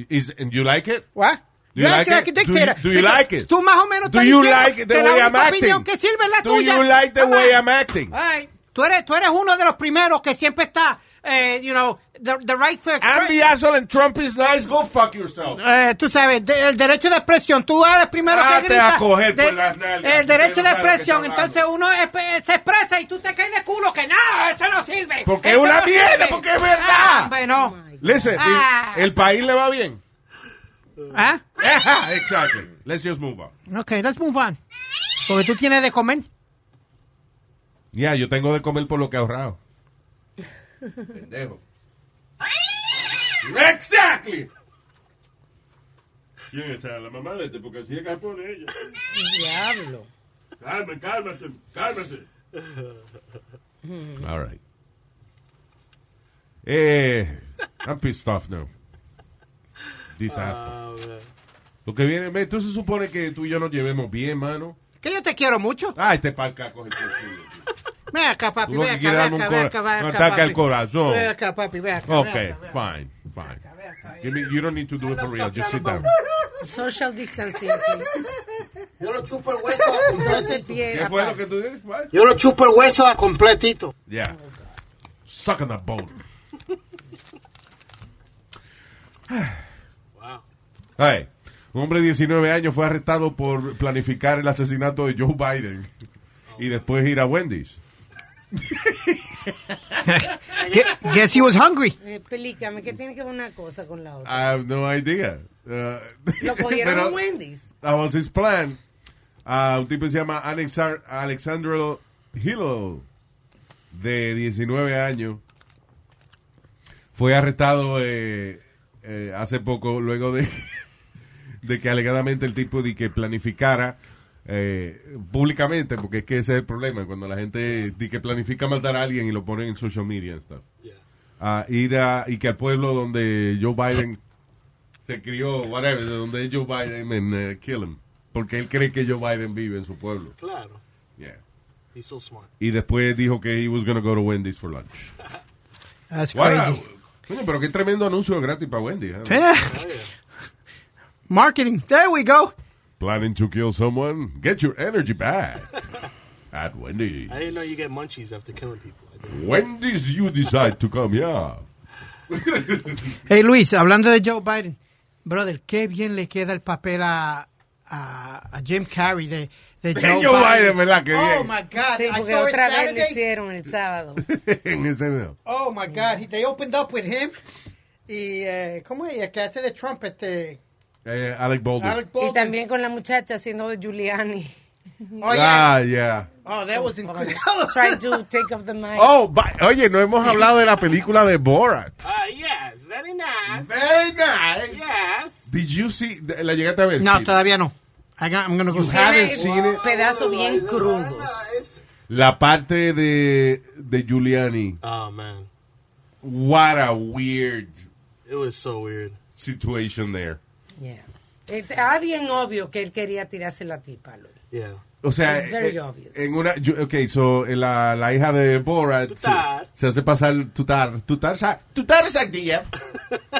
S3: Is, and you like it?
S4: What?
S3: Do you
S4: You're
S3: like
S4: acting
S3: it?
S4: like a dictator.
S3: Do you- do you like it?
S4: Tú más o menos
S3: Do
S4: estás
S3: you
S4: diciendo
S3: like the
S4: que la
S3: way I'm
S4: única
S3: acting?
S4: opinión que sirve es la
S3: Do
S4: tuya.
S3: you like the
S4: Come
S3: way
S4: on.
S3: I'm acting?
S4: All right. Tú eres, tú eres uno de los primeros que siempre está, eh, you know, the, the right for
S14: I'm the asshole and Trump is nice. Go fuck yourself.
S4: Eh, tú sabes, de- el derecho de expresión, tú eres el primero
S14: Ah, te
S4: que grita.
S14: vas a coger por
S4: de-
S14: las nalgas,
S4: El derecho
S14: usted no
S4: de
S14: sabe lo que
S4: expresión,
S14: está hablando.
S4: entonces uno espe- se expresa y tú te caes de culo que nada, eso no sirve.
S14: Porque
S4: Eso
S14: es una
S4: no sirve.
S14: mierda, porque es verdad.
S4: Ah, hombre, no.
S14: Listen,
S4: Ah.
S14: el, el país le va bien.
S4: ¿Ah?
S14: Yeah, exactly. Let's just move on.
S4: Ok, let's move on. Porque tú tienes de comer.
S3: Ya, yo tengo de comer por lo que he ahorrado.
S14: Pendejo. Exactly.
S5: ¿Quién es esa? La mamá de este, porque así es que se pone ella.
S6: Diablo.
S5: Cálmate, cálmate, cálmate.
S14: Mm.
S3: All right. Eh, I'm pissed off now.
S14: Ah.
S3: Disaster. Lo que viene, ve, tú se supone que tú y yo nos llevemos bien, mano.
S4: Que yo te quiero mucho.
S3: Ay, este te palca, coge por culo.
S4: Ven acá, papi,
S3: Tú lo
S4: ven
S3: que
S4: acá,
S3: quieres
S4: ven
S3: darme un
S4: acá, ven acá,
S3: cora-
S4: ven
S3: un
S4: acá,
S3: ataque al
S4: papi.
S3: corazón.
S4: Ven acá, papi, ven acá. ven
S3: Okay,
S4: acá.
S3: fine, fine. Give me, you don't need to do it for real. Just sit down.
S6: Social distancing, please.
S15: Yo lo chupo el hueso a completito.
S6: ¿Qué
S14: fue lo que tú dices?
S15: Yo lo chupo el hueso a completito.
S3: Yeah. Suck on the boat. Ay, un hombre de 19 años fue arrestado por planificar el asesinato de Joe Biden y después ir a Wendy's.
S4: Gue- guess he was hungry.
S6: Explícame, ¿qué tiene que ver una cosa con la otra?
S3: I have Ah, no idea. Uh,
S6: Lo cogieron
S3: pero
S6: en Wendy's.
S3: That was his plan. Ah, un tipo se llama Alexar Alexandro Hilo, de 19 años. Fue arrestado eh, eh, hace poco luego de, de que alegadamente el tipo de que planificara eh, públicamente, porque es que ese es el problema, cuando la gente di que planifica matar a alguien y lo ponen en social media and stuff. Ah, ir a, y que al pueblo donde Joe Biden se crió, whatever, de donde es Joe Biden, and eh, kill him. Porque él cree que Joe Biden vive en su pueblo.
S7: Claro.
S3: Yeah.
S7: He's so smart.
S3: Y después dijo que he was going to go to Wendy's for lunch.
S4: That's
S3: What
S4: crazy.
S3: a- coño, pero qué tremendo anuncio gratis para Wendy. ¿eh?
S4: Yeah. Marketing. There we go.
S3: Planning to kill someone? Get your energy back at Wendy.
S7: I didn't know you get munchies after killing people.
S3: When did you decide to come here?
S4: Hey, Luis, hablando de Joe Biden. Brother, qué bien le queda el papel a, a, a Jim Carrey de, de
S3: De
S4: Joe,
S3: Joe
S4: Biden.
S3: Biden, ¿verdad? Qué
S4: oh,
S3: bien.
S4: my God.
S6: Sí,
S4: I
S6: porque
S4: saw it
S6: otra vez lo
S4: Saturday.
S6: hicieron el sábado.
S3: En ese video.
S4: Oh my God, he- they opened up with him. Y, eh, ¿cómo es? El que hace de Trump, este.
S3: Eh, Alec Baldwin.
S4: Alec
S6: Y
S4: Baldwin.
S6: también con la muchacha haciendo de Giuliani.
S4: Oh,
S3: Ah, yeah.
S4: Oh, that was incredible.
S6: Try to take off the mic.
S14: Oh, ba- oye, no hemos hablado de la película de Borat.
S8: Ah, yes, very nice.
S14: Very nice.
S8: Yes.
S3: Did you see? ¿La llegaste a ver?
S4: No,
S3: Steve?
S4: todavía no. I got- I'm gonna go see
S3: haven't
S4: it.
S3: seen it?
S6: Pedazo bien crudos.
S3: La parte de, de Giuliani.
S7: Oh man,
S3: What a weird
S7: it was so weird.
S3: situation there.
S6: Yeah. Estaba Este, ah, bien obvio que él quería tirarse la tipa, Luis.
S7: Yeah.
S3: O sea,
S6: It's very
S3: eh,
S6: obvious.
S3: en una, yo- ok, so eh, la, la hija de Borat se,
S14: Tutar.
S3: se hace pasar, tutar, tutar, sa-
S14: Tu tardes al día.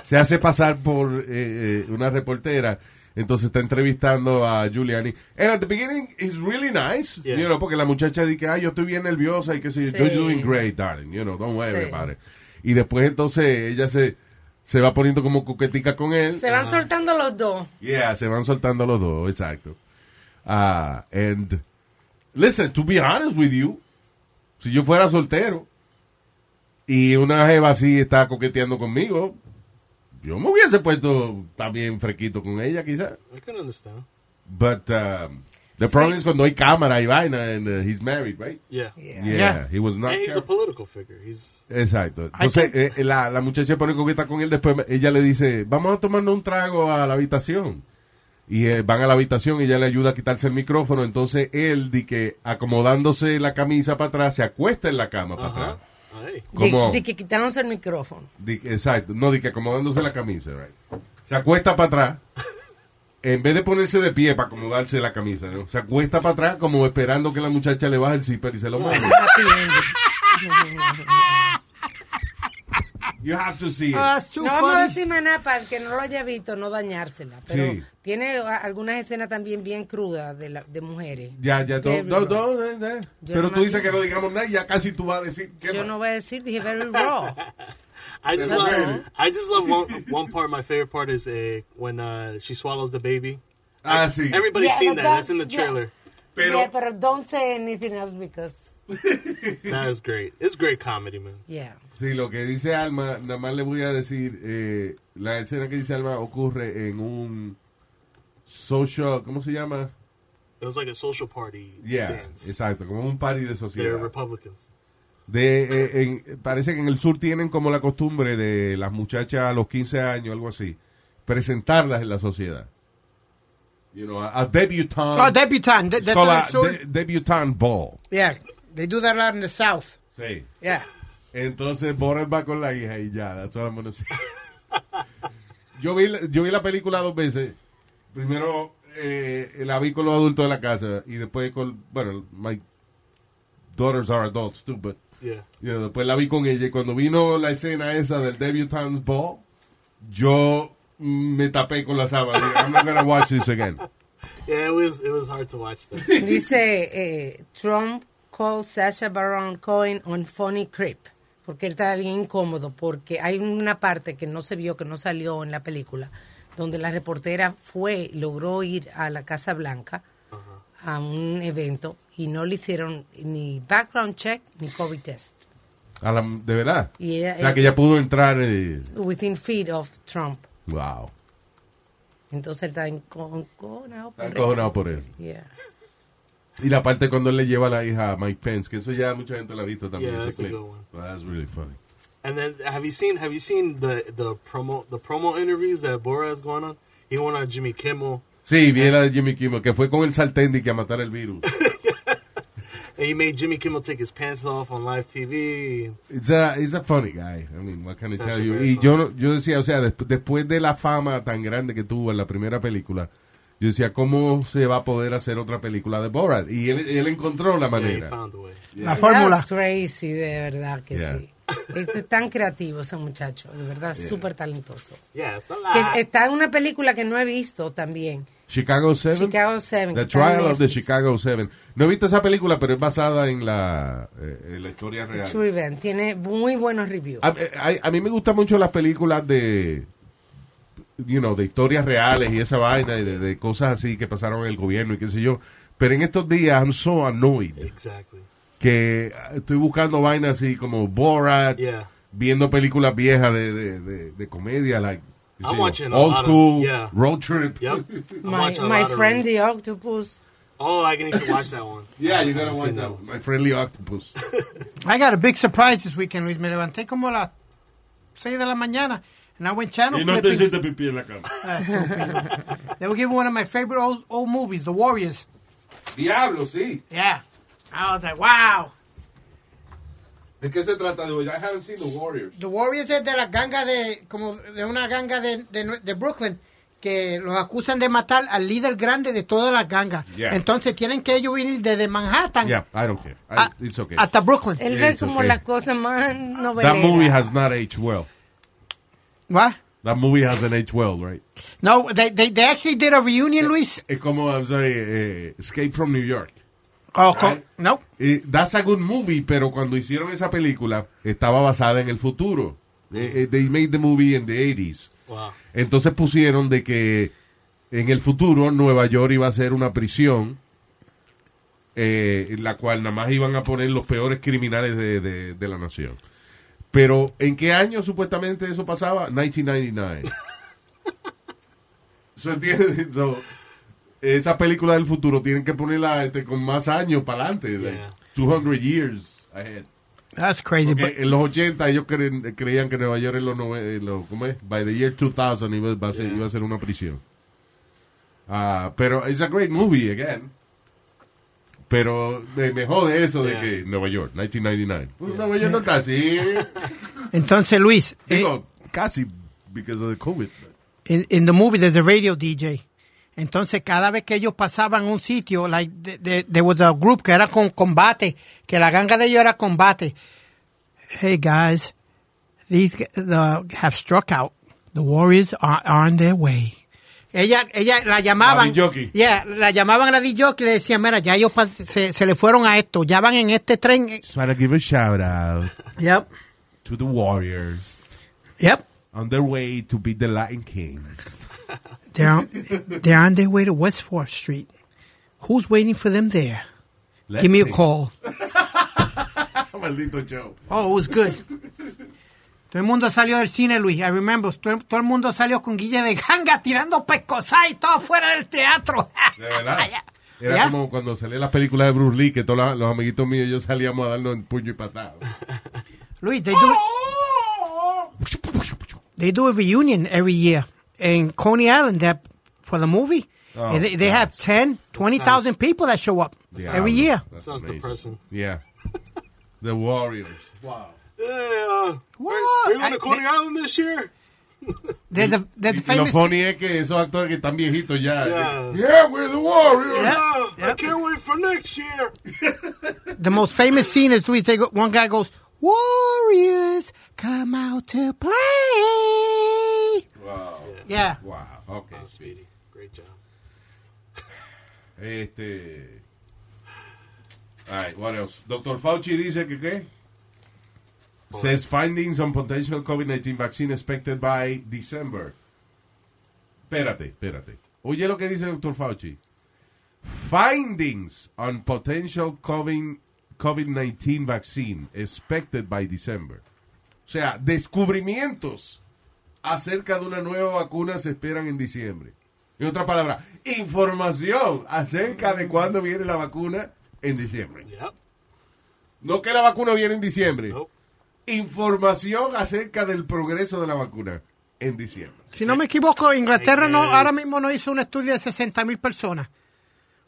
S3: se hace pasar por eh, eh, una reportera. Entonces está entrevistando a Giuliani. And at the beginning, it's really nice.
S14: Yeah.
S3: You know, porque la muchacha dice, ah, yo estoy bien nerviosa y que sé yo.
S14: Sí.
S3: You're doing great, darling. You know, don't worry
S6: Sí.
S3: about it. Y después entonces ella se, se va poniendo como coquetica con él. Ah.
S6: Se
S8: Ah.
S6: van soltando los dos.
S3: Yeah, se van soltando los dos, exacto. Ah, and listen, to be honest with you, si yo fuera soltero y una jeva así está coqueteando conmigo, yo me hubiese puesto también frequito con ella, quizás.
S7: I can understand.
S3: But um, the problem is cuando hay cámara y vaina, and uh, he's married, right?
S7: Yeah.
S3: Yeah, Yeah. he was not
S7: And he's a
S3: careful.
S7: political figure. He's
S3: Exacto. Entonces, eh, la, la muchacha pone coqueta con él, después ella le dice, vamos a tomarnos un trago a la habitación. Y eh, van a la habitación y ella le ayuda a quitarse el micrófono. Entonces él, di que acomodándose la camisa para atrás, se acuesta en la cama para atrás.
S6: De,
S3: Como,
S6: de que quitándose el micrófono.
S3: di- exacto, no, di que acomodándose la camisa, right. Se acuesta para atrás. En vez de ponerse de pie para acomodarse la camisa, ¿no? se acuesta para atrás como esperando que la muchacha le baje el zipper y se lo mueva. You have to see it.
S4: Ah, that's
S6: No vamos a decir maná para el que no lo haya visto, no dañársela. Pero
S3: Sí.
S6: tiene a- algunas escenas también bien crudas de, la- de mujeres.
S3: Ya, ya, don't- don't-
S6: Raw.
S3: don't, eh, eh.
S6: Yo
S3: Pero
S6: no
S3: tú
S6: me
S3: dices que
S6: imagino.
S3: no digamos nada y ya casi tú vas a decir. ¿qué
S6: Yo
S3: más?
S6: no voy a decir, dije very raw.
S7: I just
S6: That's
S7: love. I just love one one part. My favorite part is uh, when uh, she swallows the baby.
S3: Ah, sí.
S7: Everybody's
S6: Yeah,
S7: seen
S6: but
S7: that.
S6: that-
S7: That's in the
S6: yeah.
S7: trailer.
S6: Yeah, pero don't say anything else because,
S7: That is great. It's great comedy, man.
S6: yeah.
S3: Sí, lo que dice Alma, nada más le voy a decir, eh, la escena que dice Alma ocurre en un social, ¿cómo se llama?
S7: It was like a social party
S3: Yeah,
S7: dance.
S3: exacto, como un party de
S7: They're
S3: sociedad.
S7: Republicans.
S3: De, eh, en- parece que en el sur tienen como la costumbre de las muchachas a los 15 años, algo así, presentarlas en la sociedad. You know, a, a debutante.
S4: Oh, debutante, de- de-
S3: It's called a
S4: del sur.
S3: de- debutante ball.
S4: Yeah, they do that a lot in the South.
S3: Sí.
S4: Yeah.
S3: Entonces Boris va con la hija y ya, that's all I'm gonna say. yo, vi, la- yo vi la película dos veces. Primero eh, la vi con los adultos de la casa y después con, bueno, my daughters are adults too, but
S7: Yeah.
S3: you know, después la vi con ella y cuando vino la escena esa del debutante's ball, yo me tapé con la sábana. Dije, I'm not gonna watch this again.
S7: Yeah, it was it was hard to watch that.
S6: Dice eh, Trump called Sasha Baron Cohen on funny creep porque él estaba bien incómodo porque hay una parte que no se vio que no salió en la película donde la reportera fue logró ir a la Casa Blanca a un evento y no le hicieron ni background check ni COVID test
S3: A la- de verdad.
S6: Y ella-
S3: o sea, que ella pudo entrar. eh,
S6: within feet of Trump
S3: wow.
S6: entonces él estaba encojonado por
S3: Está encojonado
S6: eso.
S3: por él.
S6: Yeah.
S3: Y la parte cuando él le lleva a la hija a Mike Pence, que eso ya mucha gente lo ha visto también.
S7: Yeah,
S3: ese
S7: that's a
S3: clip.
S7: good one.
S3: Well, that's really funny.
S7: And then have you seen have you seen the the promo the promo interviews that Bora is going on? He went on Jimmy Kimmel
S3: Sí, vi la de Jimmy Kimmel, que fue con el saltendi que a matar el virus.
S7: and he made Jimmy Kimmel take his pants off on live TV.
S3: It's a, it's a funny guy. I mean, what can I
S7: Sacha
S3: tell you?
S7: Baron
S3: Y yo, no- yo decía, o sea, desp- después de la fama tan grande que tuvo en la primera película, yo decía, ¿cómo se va a poder hacer otra película de Borat? Y él, él encontró la manera.
S4: La fórmula.
S6: That's crazy, de verdad que
S3: Yeah.
S6: sí. Es tan creativo ese muchacho, de verdad,
S3: Yeah.
S6: súper talentoso.
S7: Yeah, it's a
S6: Que
S7: lot.
S6: está en una película que no he visto también,
S3: Chicago 7.
S6: Chicago 7.
S3: The Trial of the Chicago 7. No he visto esa película, pero es basada en la, eh, en la historia real.
S6: True Event. Tiene muy buenos reviews.
S3: A, eh, a- a mí me gustan mucho las películas de, you know, de historias reales y esa vaina y de, de cosas así que pasaron en el gobierno y qué sé yo. Pero en estos días I'm so annoyed
S7: Exactly.
S3: que ah, estoy buscando vainas así como Borat,
S7: Yeah.
S3: viendo películas viejas de, de, de- de comedia, like qué sé
S7: I'm
S3: yo,
S7: watching a
S3: Old
S7: lot of-
S3: School,
S7: yeah.
S3: Road Trip.
S7: Yep. I'm
S6: My,
S7: watching a
S6: my
S7: lot of
S6: friend
S7: reels.
S6: the octopus.
S7: Oh, I need to watch that one.
S3: Yeah, you gotta
S7: I've
S3: watch
S7: seen
S3: that one. My Friendly Octopus.
S4: I got a big surprise this weekend, Luis. Me levanté como a las 6 de la mañana, and I went channel
S5: Y no te
S4: flipping.
S5: hiciste pipí en la cama.
S4: Ah, estúpido. They were giving one of my favorite old, old movies, The Warriors.
S3: Diablo, sí.
S4: Yeah. I was like, wow.
S3: ¿De qué se trata? I haven't seen The Warriors.
S4: The Warriors es de la ganga de, como de una ganga de, de- de Brooklyn que los acusan de matar al líder grande de todas las gangas.
S3: Yeah.
S4: Entonces tienen que ellos venir desde Manhattan
S3: Yeah, I don't care. I-
S4: Ah,
S3: it's okay.
S4: hasta Brooklyn.
S6: Él
S3: Yeah,
S6: ve
S3: it's
S6: como
S3: okay.
S6: las cosas más
S3: That movie
S6: noveleras.
S3: has not aged well.
S4: What?
S3: That movie hasn't aged well, right?
S4: No, they, they, they actually did a reunion, Luis.
S3: Es como, I'm sorry, eh, Escape from New York.
S4: Oh, co- no.
S3: Eh, that's a good movie, pero cuando hicieron esa película estaba basada en el futuro. Eh, eh, they made the movie in the 80s.
S7: Wow.
S3: Entonces pusieron de que en el futuro Nueva York iba a ser una prisión eh, en la cual nada más iban a poner los peores criminales de, de- de la nación. Pero ¿en qué año supuestamente eso pasaba? 1999. ¿Se entiende? So, esa película del futuro tienen que ponerla este, con más años para adelante. like, 200 years ahead.
S4: That's crazy.
S3: Porque en los 80 ellos cre- creían que Nueva York en los nove- en los- ¿cómo es? By the year 2000 iba, va a ser, iba a ser una prisión. Ah, pero it's a great movie again. Pero me, me jode eso de
S7: Yeah.
S3: que Nueva York, 1999. Pues Nueva York no está así.
S4: Entonces, Luis, eh,
S3: Digo, casi because of the COVID.
S4: in, in the movie there's a radio DJ. Entonces cada vez que ellos pasaban un sitio, like the- the- there was a group que era con combate, que la ganga de ellos era combate. Hey guys, these g- the, have struck out. The Warriors are, are on their way. Ella, ella la llamaban.
S16: La disc jockey.
S4: Yeah, la llamaban a la disc jockey y le decían, mira, ya ellos pas- se, se le fueron a esto, ya van en este tren.
S3: Just wanna give a shout out
S4: Yep,
S3: to the Warriors
S4: yep.
S3: on their way to beat the Lion King.
S4: They're on, they're on their way to West 4th Street. Who's waiting for them there?
S3: Let's
S4: Give me
S3: see.
S4: a call.
S3: Maldito Joe.
S4: Oh, it was good. Todo el mundo salió del cine, Luis. I remember. Todo, todo el mundo salió con Guille de Ganga tirando pescosá y todo fuera del teatro.
S3: De verdad. Era
S4: Ya.
S3: como cuando salía las películas de Bruce Lee, que todos la- los amiguitos míos y yo salíamos a darnos en puño y patada.
S4: Luis, they do they do a reunion every year in Coney Island that, for the movie.
S3: Oh,
S4: And they, they have 10, 20,000 people that show up
S3: Yeah.
S4: every year.
S3: That's
S7: Sounds
S3: amazing.
S7: depressing.
S3: Yeah. The Warriors. Wow.
S7: Yeah.
S4: What?
S7: Are you going
S4: I-
S7: to Coney Island this year?
S4: They're the, they're the
S3: Y lo
S4: famous.
S3: funny es que esos actores que están viejitos ya.
S7: Yeah.
S3: Yeah, we're the Warriors.
S7: Yeah, I can't wait for next year.
S4: the most famous scene is Luis. They go, one guy goes, "Warriors, come out to play."
S3: Wow.
S4: Yeah.
S3: Wow. Okay.
S7: Speedy. Great job.
S3: eh, Este. All right, what else? Dr. Fauci dice que qué? Says findings on potential COVID-19 vaccine expected by December. Espérate, espérate. Oye lo que dice el Dr. Fauci. Findings on potential COVID- COVID-19 vaccine expected by December. O sea, descubrimientos acerca de una nueva vacuna se esperan en diciembre. En otras palabras, información acerca de cuándo viene la vacuna en diciembre. No que la vacuna viene en diciembre. Información acerca del progreso de la vacuna en diciembre.
S4: Si no me equivoco, Inglaterra no,
S3: Yes.
S4: ahora mismo no hizo un estudio de 60 mil personas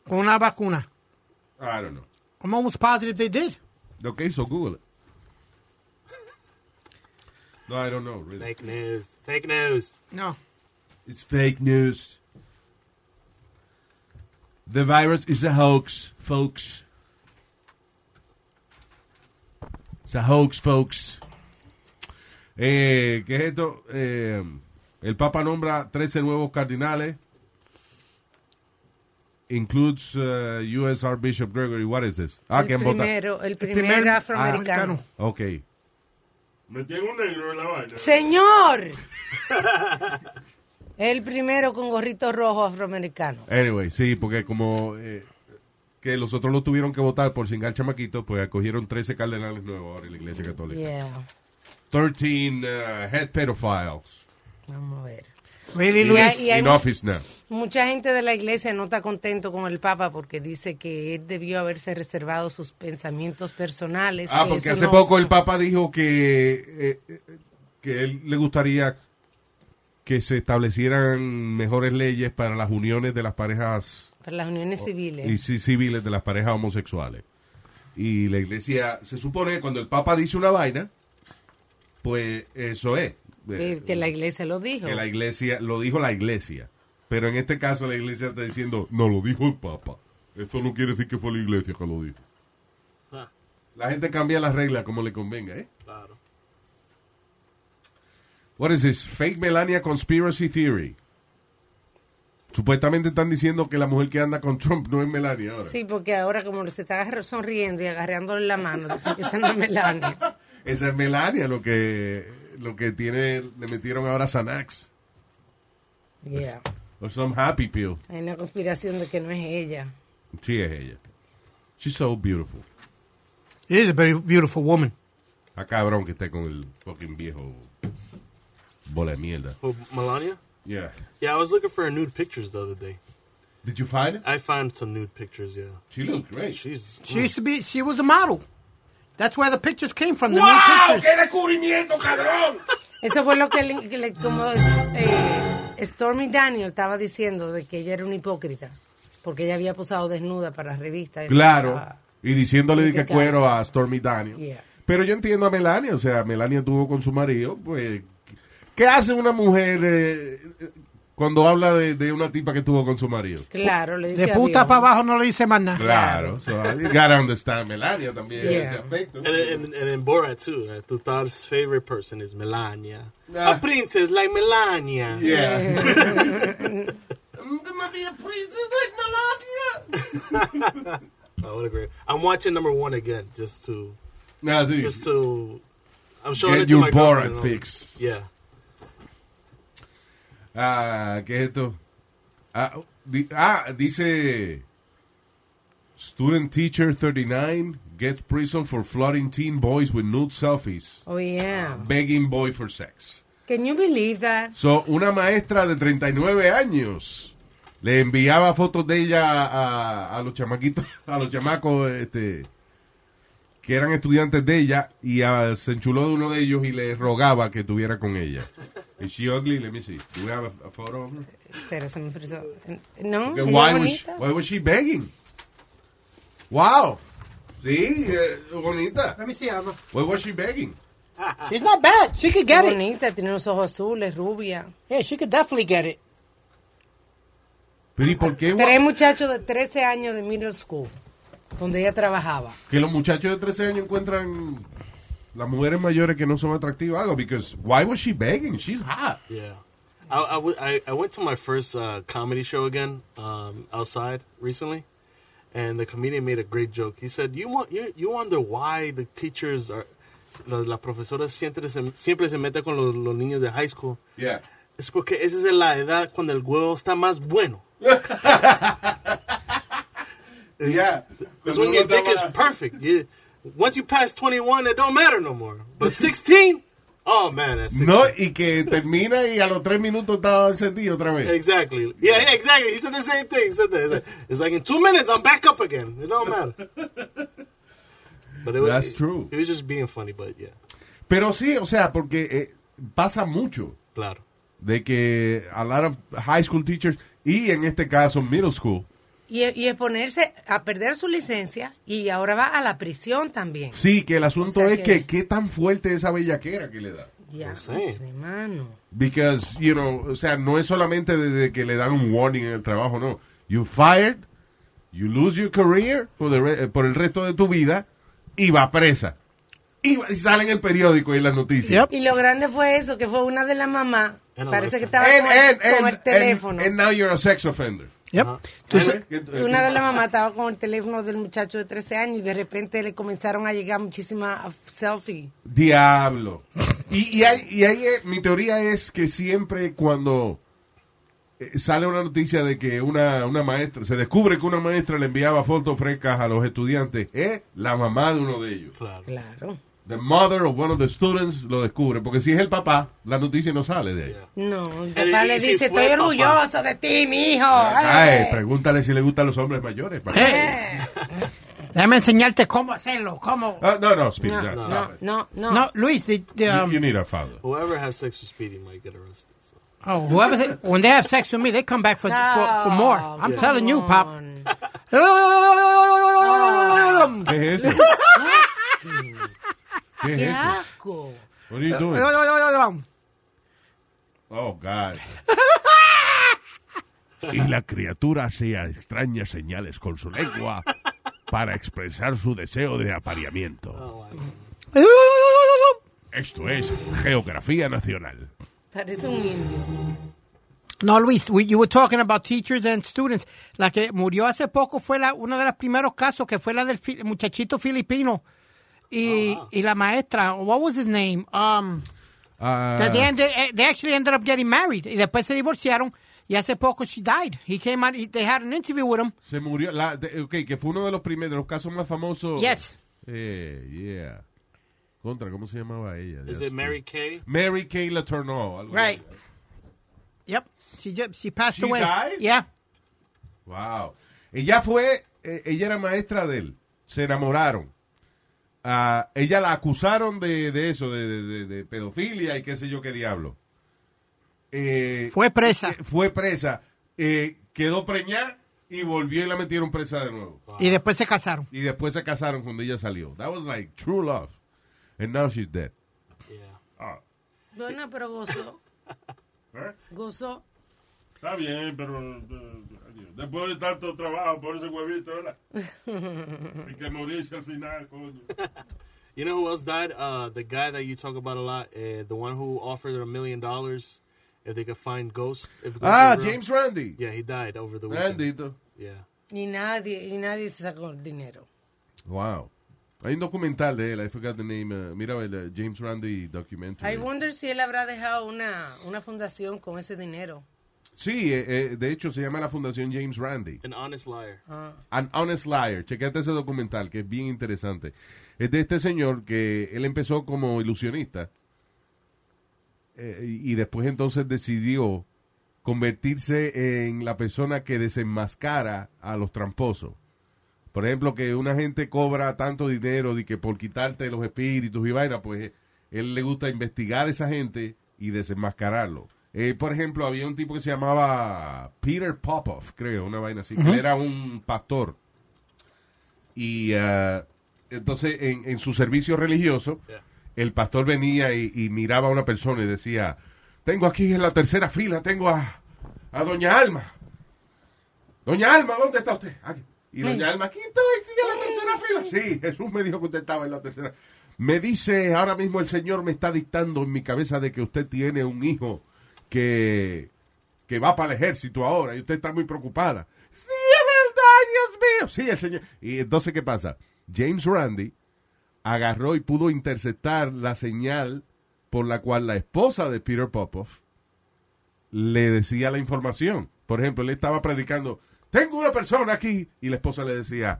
S4: con una vacuna.
S3: I don't know.
S4: I'm almost positive they did.
S3: Lo que hizo Google. No, I don't know, really.
S7: Fake news. Fake news.
S4: No.
S3: It's fake news. The virus is a hoax, folks. It's a hoax, folks. Eh, ¿Qué es esto? Eh, el Papa nombra 13 nuevos cardinales. Includes uh, U.S. Archbishop Gregory. What is this? Ah,
S6: El
S3: que han votado.
S6: primero, el primer
S4: primer
S6: afroamericano.
S3: Ok.
S5: Metió un negro en la vaina.
S6: Señor. el primero con gorrito rojo afroamericano.
S3: Anyway, sí, porque como eh, que los otros lo tuvieron que votar por singar chamaquitos, pues acogieron 13 cardenales nuevos ahora en la Iglesia Católica.
S6: Yeah.
S3: 13 uh, head pedophiles
S6: Vamos a ver.
S4: Really,
S6: Y
S4: Luis?
S6: hay- y hay
S3: in
S6: mu-
S3: office now.
S6: Mucha gente de la iglesia no está contento con el Papa porque dice que él debió haberse reservado sus pensamientos personales.
S3: Ah,
S6: que
S3: porque
S6: eso
S3: hace
S6: no-
S3: poco el Papa dijo que, eh, eh, que él le gustaría que se establecieran mejores leyes para las uniones de las parejas
S6: Para las uniones civiles.
S3: Oh, y ci- civiles de las parejas homosexuales. Y la iglesia se supone que cuando el Papa dice una vaina, pues eso es. Eh,
S6: Eh, que la iglesia lo dijo.
S3: que la iglesia, lo dijo la iglesia. Pero en este caso la iglesia está diciendo, no lo dijo el Papa. Esto no quiere decir que fue la iglesia que lo dijo.
S7: Ah.
S3: La gente cambia las reglas como le convenga, ¿eh?
S7: Claro.
S3: What is this? Fake Melania conspiracy theory. Supuestamente están diciendo que la mujer que anda con Trump no es Melania ahora.
S6: Sí, porque ahora como se está agarr- sonriendo y agarrándole la mano, dicen que esa no es Melania.
S3: Esa es Melania lo que lo que tiene le metieron ahora Xanax
S6: Yeah.
S3: o some happy pill.
S6: Hay una conspiración de que no es ella.
S3: Sí es ella. She's so beautiful.
S4: It is a very beautiful woman.
S3: A cabrón que esté con el fucking viejo bola de mierda.
S7: Who, Melania?
S3: Yeah.
S7: Yeah, I was looking for her nude pictures the other day.
S3: Did you find it?
S7: I found some nude pictures, yeah.
S3: She looked great.
S7: She's. mm.
S4: She used to be, she was a model. That's where the pictures came from. The new
S16: ¡Wow!
S4: pictures.
S16: ¡Qué descubrimiento, cabrón!
S6: Eso fue lo que, le- que le- como eh, Stormy Daniel estaba diciendo de que ella era una hipócrita porque ella había posado desnuda para las revistas.
S3: Claro. Y diciéndole de que
S6: Criticando.
S3: cuero a Stormy Daniels.
S6: Yeah.
S3: Pero yo entiendo a Melania, o sea, Melania tuvo con su marido, pues, ¿qué hace una mujer eh, cuando habla de, de una tipa que tuvo con su marido.
S6: Claro, le dice
S4: De puta
S6: adiós.
S4: para abajo no le dice más nada.
S3: Claro, so you gotta understand Melania también.
S7: Yeah.
S3: ese aspecto.
S7: And, and, and in Borat too, uh, Tutal's favorite person is Melania.
S3: Ah.
S7: A princess like Melania.
S16: I'm gonna be a princess like Melania.
S7: I would agree. I'm watching number one again just to.
S3: Nah, see.
S7: Just to. I'm showing
S3: Get
S7: it to
S3: your
S7: my girlfriend,
S3: Borat
S7: you know.
S3: fix.
S7: Yeah.
S3: Ah, ¿qué es esto? Ah, di- ah, dice Student Teacher 39 gets prison for flooding teen boys with nude selfies,
S6: Oh, yeah.
S3: begging boy for sex.
S6: Can you believe that?
S3: So, una maestra de 39 años le enviaba fotos de ella a, a los chamaquitos, a los chamacos este, que eran estudiantes de ella y ah, se enchuló de uno de ellos y le rogaba que tuviera con ella. Is she ugly? Let me see. Do we have a, a photo of her?
S6: Pero se me frizó. No,
S3: Okay,
S6: ella
S3: why,
S6: es
S3: was she,
S6: bonita.
S3: why was she begging? Wow. Sí, eh, bonita.
S4: Let me see, Alma.
S3: Why was she begging?
S4: She's not bad. She could get it.
S6: bonita, tiene unos ojos azules, rubia.
S4: Yeah, she could definitely get it.
S3: Pero ¿y por qué?
S6: Tres muchachos de 13 años de middle school, donde ella trabajaba.
S3: que los muchachos de 13 años encuentran las mujeres mayores que no son atractivas algo because why was she begging she's hot
S7: Yeah. I, I, w- I- I went to my first uh, comedy show again um, outside recently, and the comedian made a great joke. He said, "You want you, you wonder why the teachers are la, la profesora siempre se, siempre se mete con los, los niños de high school.
S3: Yeah.
S7: Es porque esa es la edad cuando el huevo está más bueno.
S3: yeah,
S7: Because when your dick is perfect, you, once you pass twenty one, it don't matter no more. But sixteen, oh man, that's
S3: no y que termina y a los tres minutos está encendido otra vez
S7: Exactly. Yeah, yeah, exactly. He said the same thing. He said that. It's like, it's like in two minutes, I'm back up again. It don't matter. But it was,
S3: That's
S7: it-
S3: true.
S7: He was just being funny, but yeah.
S3: pero sí o sea porque eh, pasa mucho
S7: Claro.
S3: de que a lot of high school teachers y en este caso middle school
S6: Y, y es ponerse a perder su licencia y ahora va a la prisión también.
S3: sí que el asunto
S6: O sea
S3: es que, qué tan fuerte es esa bellaquera que le da
S6: Ya,
S7: Sí.
S6: hermano.
S3: Because, you know, o sea, no es solamente desde que le dan un warning en el trabajo, no. You fired, you lose your career for the re- eh, por el resto de tu vida y va presa. Y, va- y sale en el periódico y en las noticias.
S6: Y lo grande fue eso, que fue una de las mamás.
S3: And
S6: Parece
S3: Alexa.
S6: que estaba
S3: And-
S6: con, el-
S3: and-
S6: con
S3: and-
S6: el teléfono.
S3: And, and now you're a sex offender.
S4: Yep.
S6: Y una de las mamás estaba con el teléfono del muchacho de 13 años y de repente le comenzaron a llegar muchísimas selfies.
S3: Diablo. Y, y, ahí- y ahí es- mi teoría es que siempre cuando eh, sale una noticia de que una, una maestra, se descubre que una maestra le enviaba fotos frescas a los estudiantes, es la mamá de uno de ellos.
S7: Claro.
S6: Claro.
S3: The mother of one of the students lo descubre, porque si es el papá, la noticia no sale de ahí.
S6: No, el
S7: El-
S6: papá
S7: y
S6: le
S7: si
S6: dice,
S7: fue
S6: estoy
S7: papá".
S6: orgulloso de ti, mi hijo.
S3: Ay, pregúntale si le gustan los hombres mayores. papá.
S4: Déjame enseñarte cómo hacerlo, cómo.
S3: Ah, no, no, Speedy,
S4: No,
S3: no,
S4: no,
S3: stop it.
S6: No, no.
S4: No, Luis, the, the, um,
S3: You need a father.
S7: Whoever has sex with Speedy might get arrested. So.
S4: oh, whoever they- when they have sex with me, they come back for for, for more. I'm
S7: Yeah.
S4: telling you, pop.
S3: ¿Qué es eso? ¿Qué es
S6: Qué
S3: eso? eh.
S6: asco.
S3: What are you doing? Oh, God.
S17: Y la criatura hacía extrañas señales con su lengua para expresar su deseo de apareamiento. Esto es Geografía Nacional.
S6: Parece un indio.
S4: No, Luis, we, you were talking about teachers and students. La que murió hace poco fue la, uno de los primeros casos que fue la del fi- muchachito filipino y,
S7: Ah.
S4: y la maestra. What was his name? Um,
S3: Ah,
S4: that they, ended, eh, they actually ended up getting married y después se divorciaron y hace poco she died. He came out. he- they had an interview with him.
S3: se murió. La, de- ok, que fue uno de los primeros, de los casos más famosos.
S4: Yes.
S3: Eh, yeah. Contra, ¿cómo se llamaba ella?
S7: Is
S3: Ya
S7: it Mary
S3: estoy-
S7: Kay?
S3: Mary Kay Letourneau. algo
S4: Right.
S3: así.
S4: Yep. She ju- she passed
S3: She
S4: away.
S3: died?
S4: Yeah.
S3: Wow. Ella fue, eh, ella era maestra de él. Se enamoraron. Ah, ella la acusaron de, de eso, de, de- de- de pedofilia y qué sé yo qué diablo. Eh,
S4: Fue presa.
S3: Fue presa. Eh, quedó preñada y volvió y la metieron presa de nuevo.
S4: Y después se casaron.
S3: Y después se casaron cuando ella salió. That was like true love. And now she's dead.
S7: Yeah.
S5: Ah,
S6: Bueno, pero gozó. Gozó.
S5: Está bien, pero eh, después de tanto trabajo por ese huevito, ¿verdad? Hay que morirse al final, coño.
S7: You know who else died? Uh, the guy that you talk about a lot, uh, the one who offered a million dollars if they could find ghosts. If ghosts
S3: Ah,
S7: were real.
S3: James Randy.
S7: Yeah, he died over the weekend.
S3: Bendito.
S7: Yeah.
S6: Y nadie, y nadie se sacó el dinero.
S3: Wow. Hay un documental de él, I forgot the name. uh, mira el uh, James Randy documentary.
S7: Mm.
S6: I wonder si él habrá dejado una, una fundación con ese dinero.
S3: Sí, eh, eh, de hecho se llama la Fundación James Randy.
S7: An honest liar.
S3: An Honest Liar. Chequete ese documental que es bien interesante. Es de este señor que él empezó como ilusionista eh, y y después entonces decidió convertirse en la persona que desenmascara a los tramposos. Por ejemplo, que una gente cobra tanto dinero de que por quitarte los espíritus y vaina, pues él le gusta investigar a esa gente y desenmascararlo. Eh, por ejemplo, había un tipo que se llamaba Peter Popoff, creo, una vaina así, que él era un pastor. Y ah, entonces en, en su servicio religioso, el pastor venía y, y miraba a una persona y decía, tengo aquí en la tercera fila, tengo a, a Doña Alma. Doña Alma, ¿dónde está usted? Aquí. Y Doña Alma, aquí estoy, sí, en la tercera fila. Sí, Jesús me dijo que usted estaba en la tercera. Me dice, ahora mismo el Señor me está dictando en mi cabeza de que usted tiene un hijo que, que va para el ejército ahora y usted está muy preocupada. Sí, es verdad, Dios mío. Sí, el Señor. Y entonces, ¿qué pasa? James Randy agarró y pudo interceptar la señal por la cual la esposa de Peter Popoff le decía la información. Por ejemplo, él estaba predicando, tengo una persona aquí, y la esposa le decía,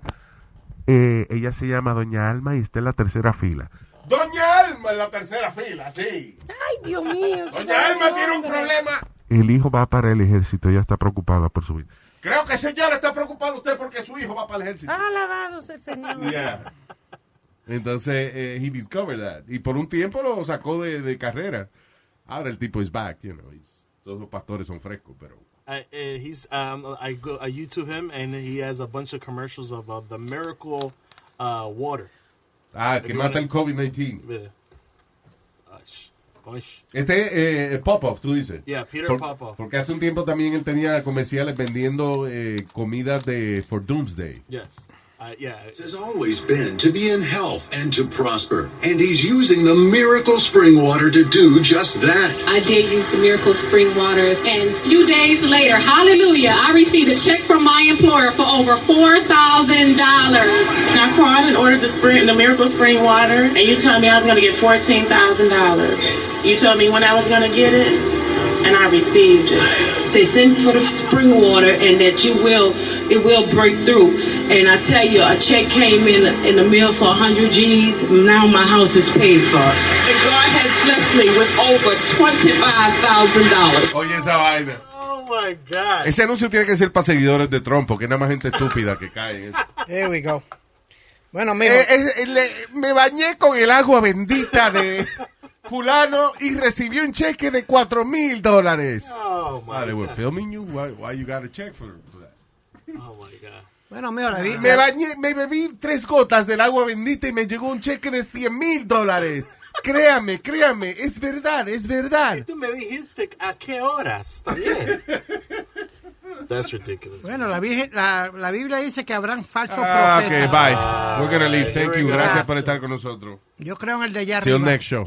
S3: eh, ella se llama Doña Alma y está en la tercera fila.
S5: Doña Alma en la tercera fila, sí.
S6: Ay, Dios mío.
S5: Doña Alma tiene un problema.
S3: El hijo va para el ejército, ella está preocupada por su vida.
S5: Creo que señora está preocupado usted porque su hijo va para el ejército.
S6: Alabado sea el Señor.
S3: Yeah. Entonces, eh, he discovered that. Y por un tiempo lo sacó de, de carrera. Ahora el tipo es back, you know. he's- todos los pastores son frescos, pero...
S7: I, uh, he's um, I go I YouTube him and he has a bunch of commercials of uh, the miracle uh, water.
S3: Ah, que
S7: If you
S3: mata
S7: wanna-
S3: el COVID-19.
S7: Yeah. Uh, sh- oh, sh-
S3: Este eh, Popov, tú dices.
S7: Yeah, Peter
S3: Por-
S7: Popoff.
S3: Porque hace un tiempo también él tenía comerciales vendiendo eh, comidas de for Doomsday.
S7: Yes. Uh, yeah.
S18: has always been to be in health and to prosper, and he's using the miracle spring water to do just that.
S19: I did use the miracle spring water, and few days later, hallelujah, I received a check from my employer for over four thousand dollars.
S20: I called and ordered the spring, the miracle spring water, and you told me I was going to get fourteen thousand dollars. You told me when I was going to get it, and I received it.
S21: They send for the spring water and that you will, it will break through. And I tell you, a check came in in the mail for 100 G's. Now my house is paid for.
S19: And God has blessed me with over twenty-five thousand dollars.
S3: Oye, esa vaina.
S7: Oh my God.
S3: Ese anuncio tiene que ser para seguidores de Trump, porque nada más gente estúpida que cae. en eso.
S4: There we go. Bueno, mijo.
S3: Eh, eh, eh, le- me bañé con el agua bendita de fulano y recibí un cheque de 4 mil dólares.
S7: Oh my.
S3: Ah, they were filming you? Why, why you got a check for, for that?
S7: Oh my God.
S4: Bueno, mijo, la vi.
S3: Me bañé, me bebí tres gotas del agua bendita y me llegó un cheque de 100 mil dólares. Créame, créame, es verdad, es verdad.
S7: Tú me dijiste a qué horas. También. That's ridiculous.
S4: Bueno, la, Virgen- la, la Biblia dice que habrán falsos
S3: Ah, ok,
S4: profetas.
S3: bye. We're gonna leave. Thank you.
S4: go.
S3: Gracias por estar con nosotros.
S4: Yo creo en el de allá
S3: See you
S4: arriba.
S3: next show.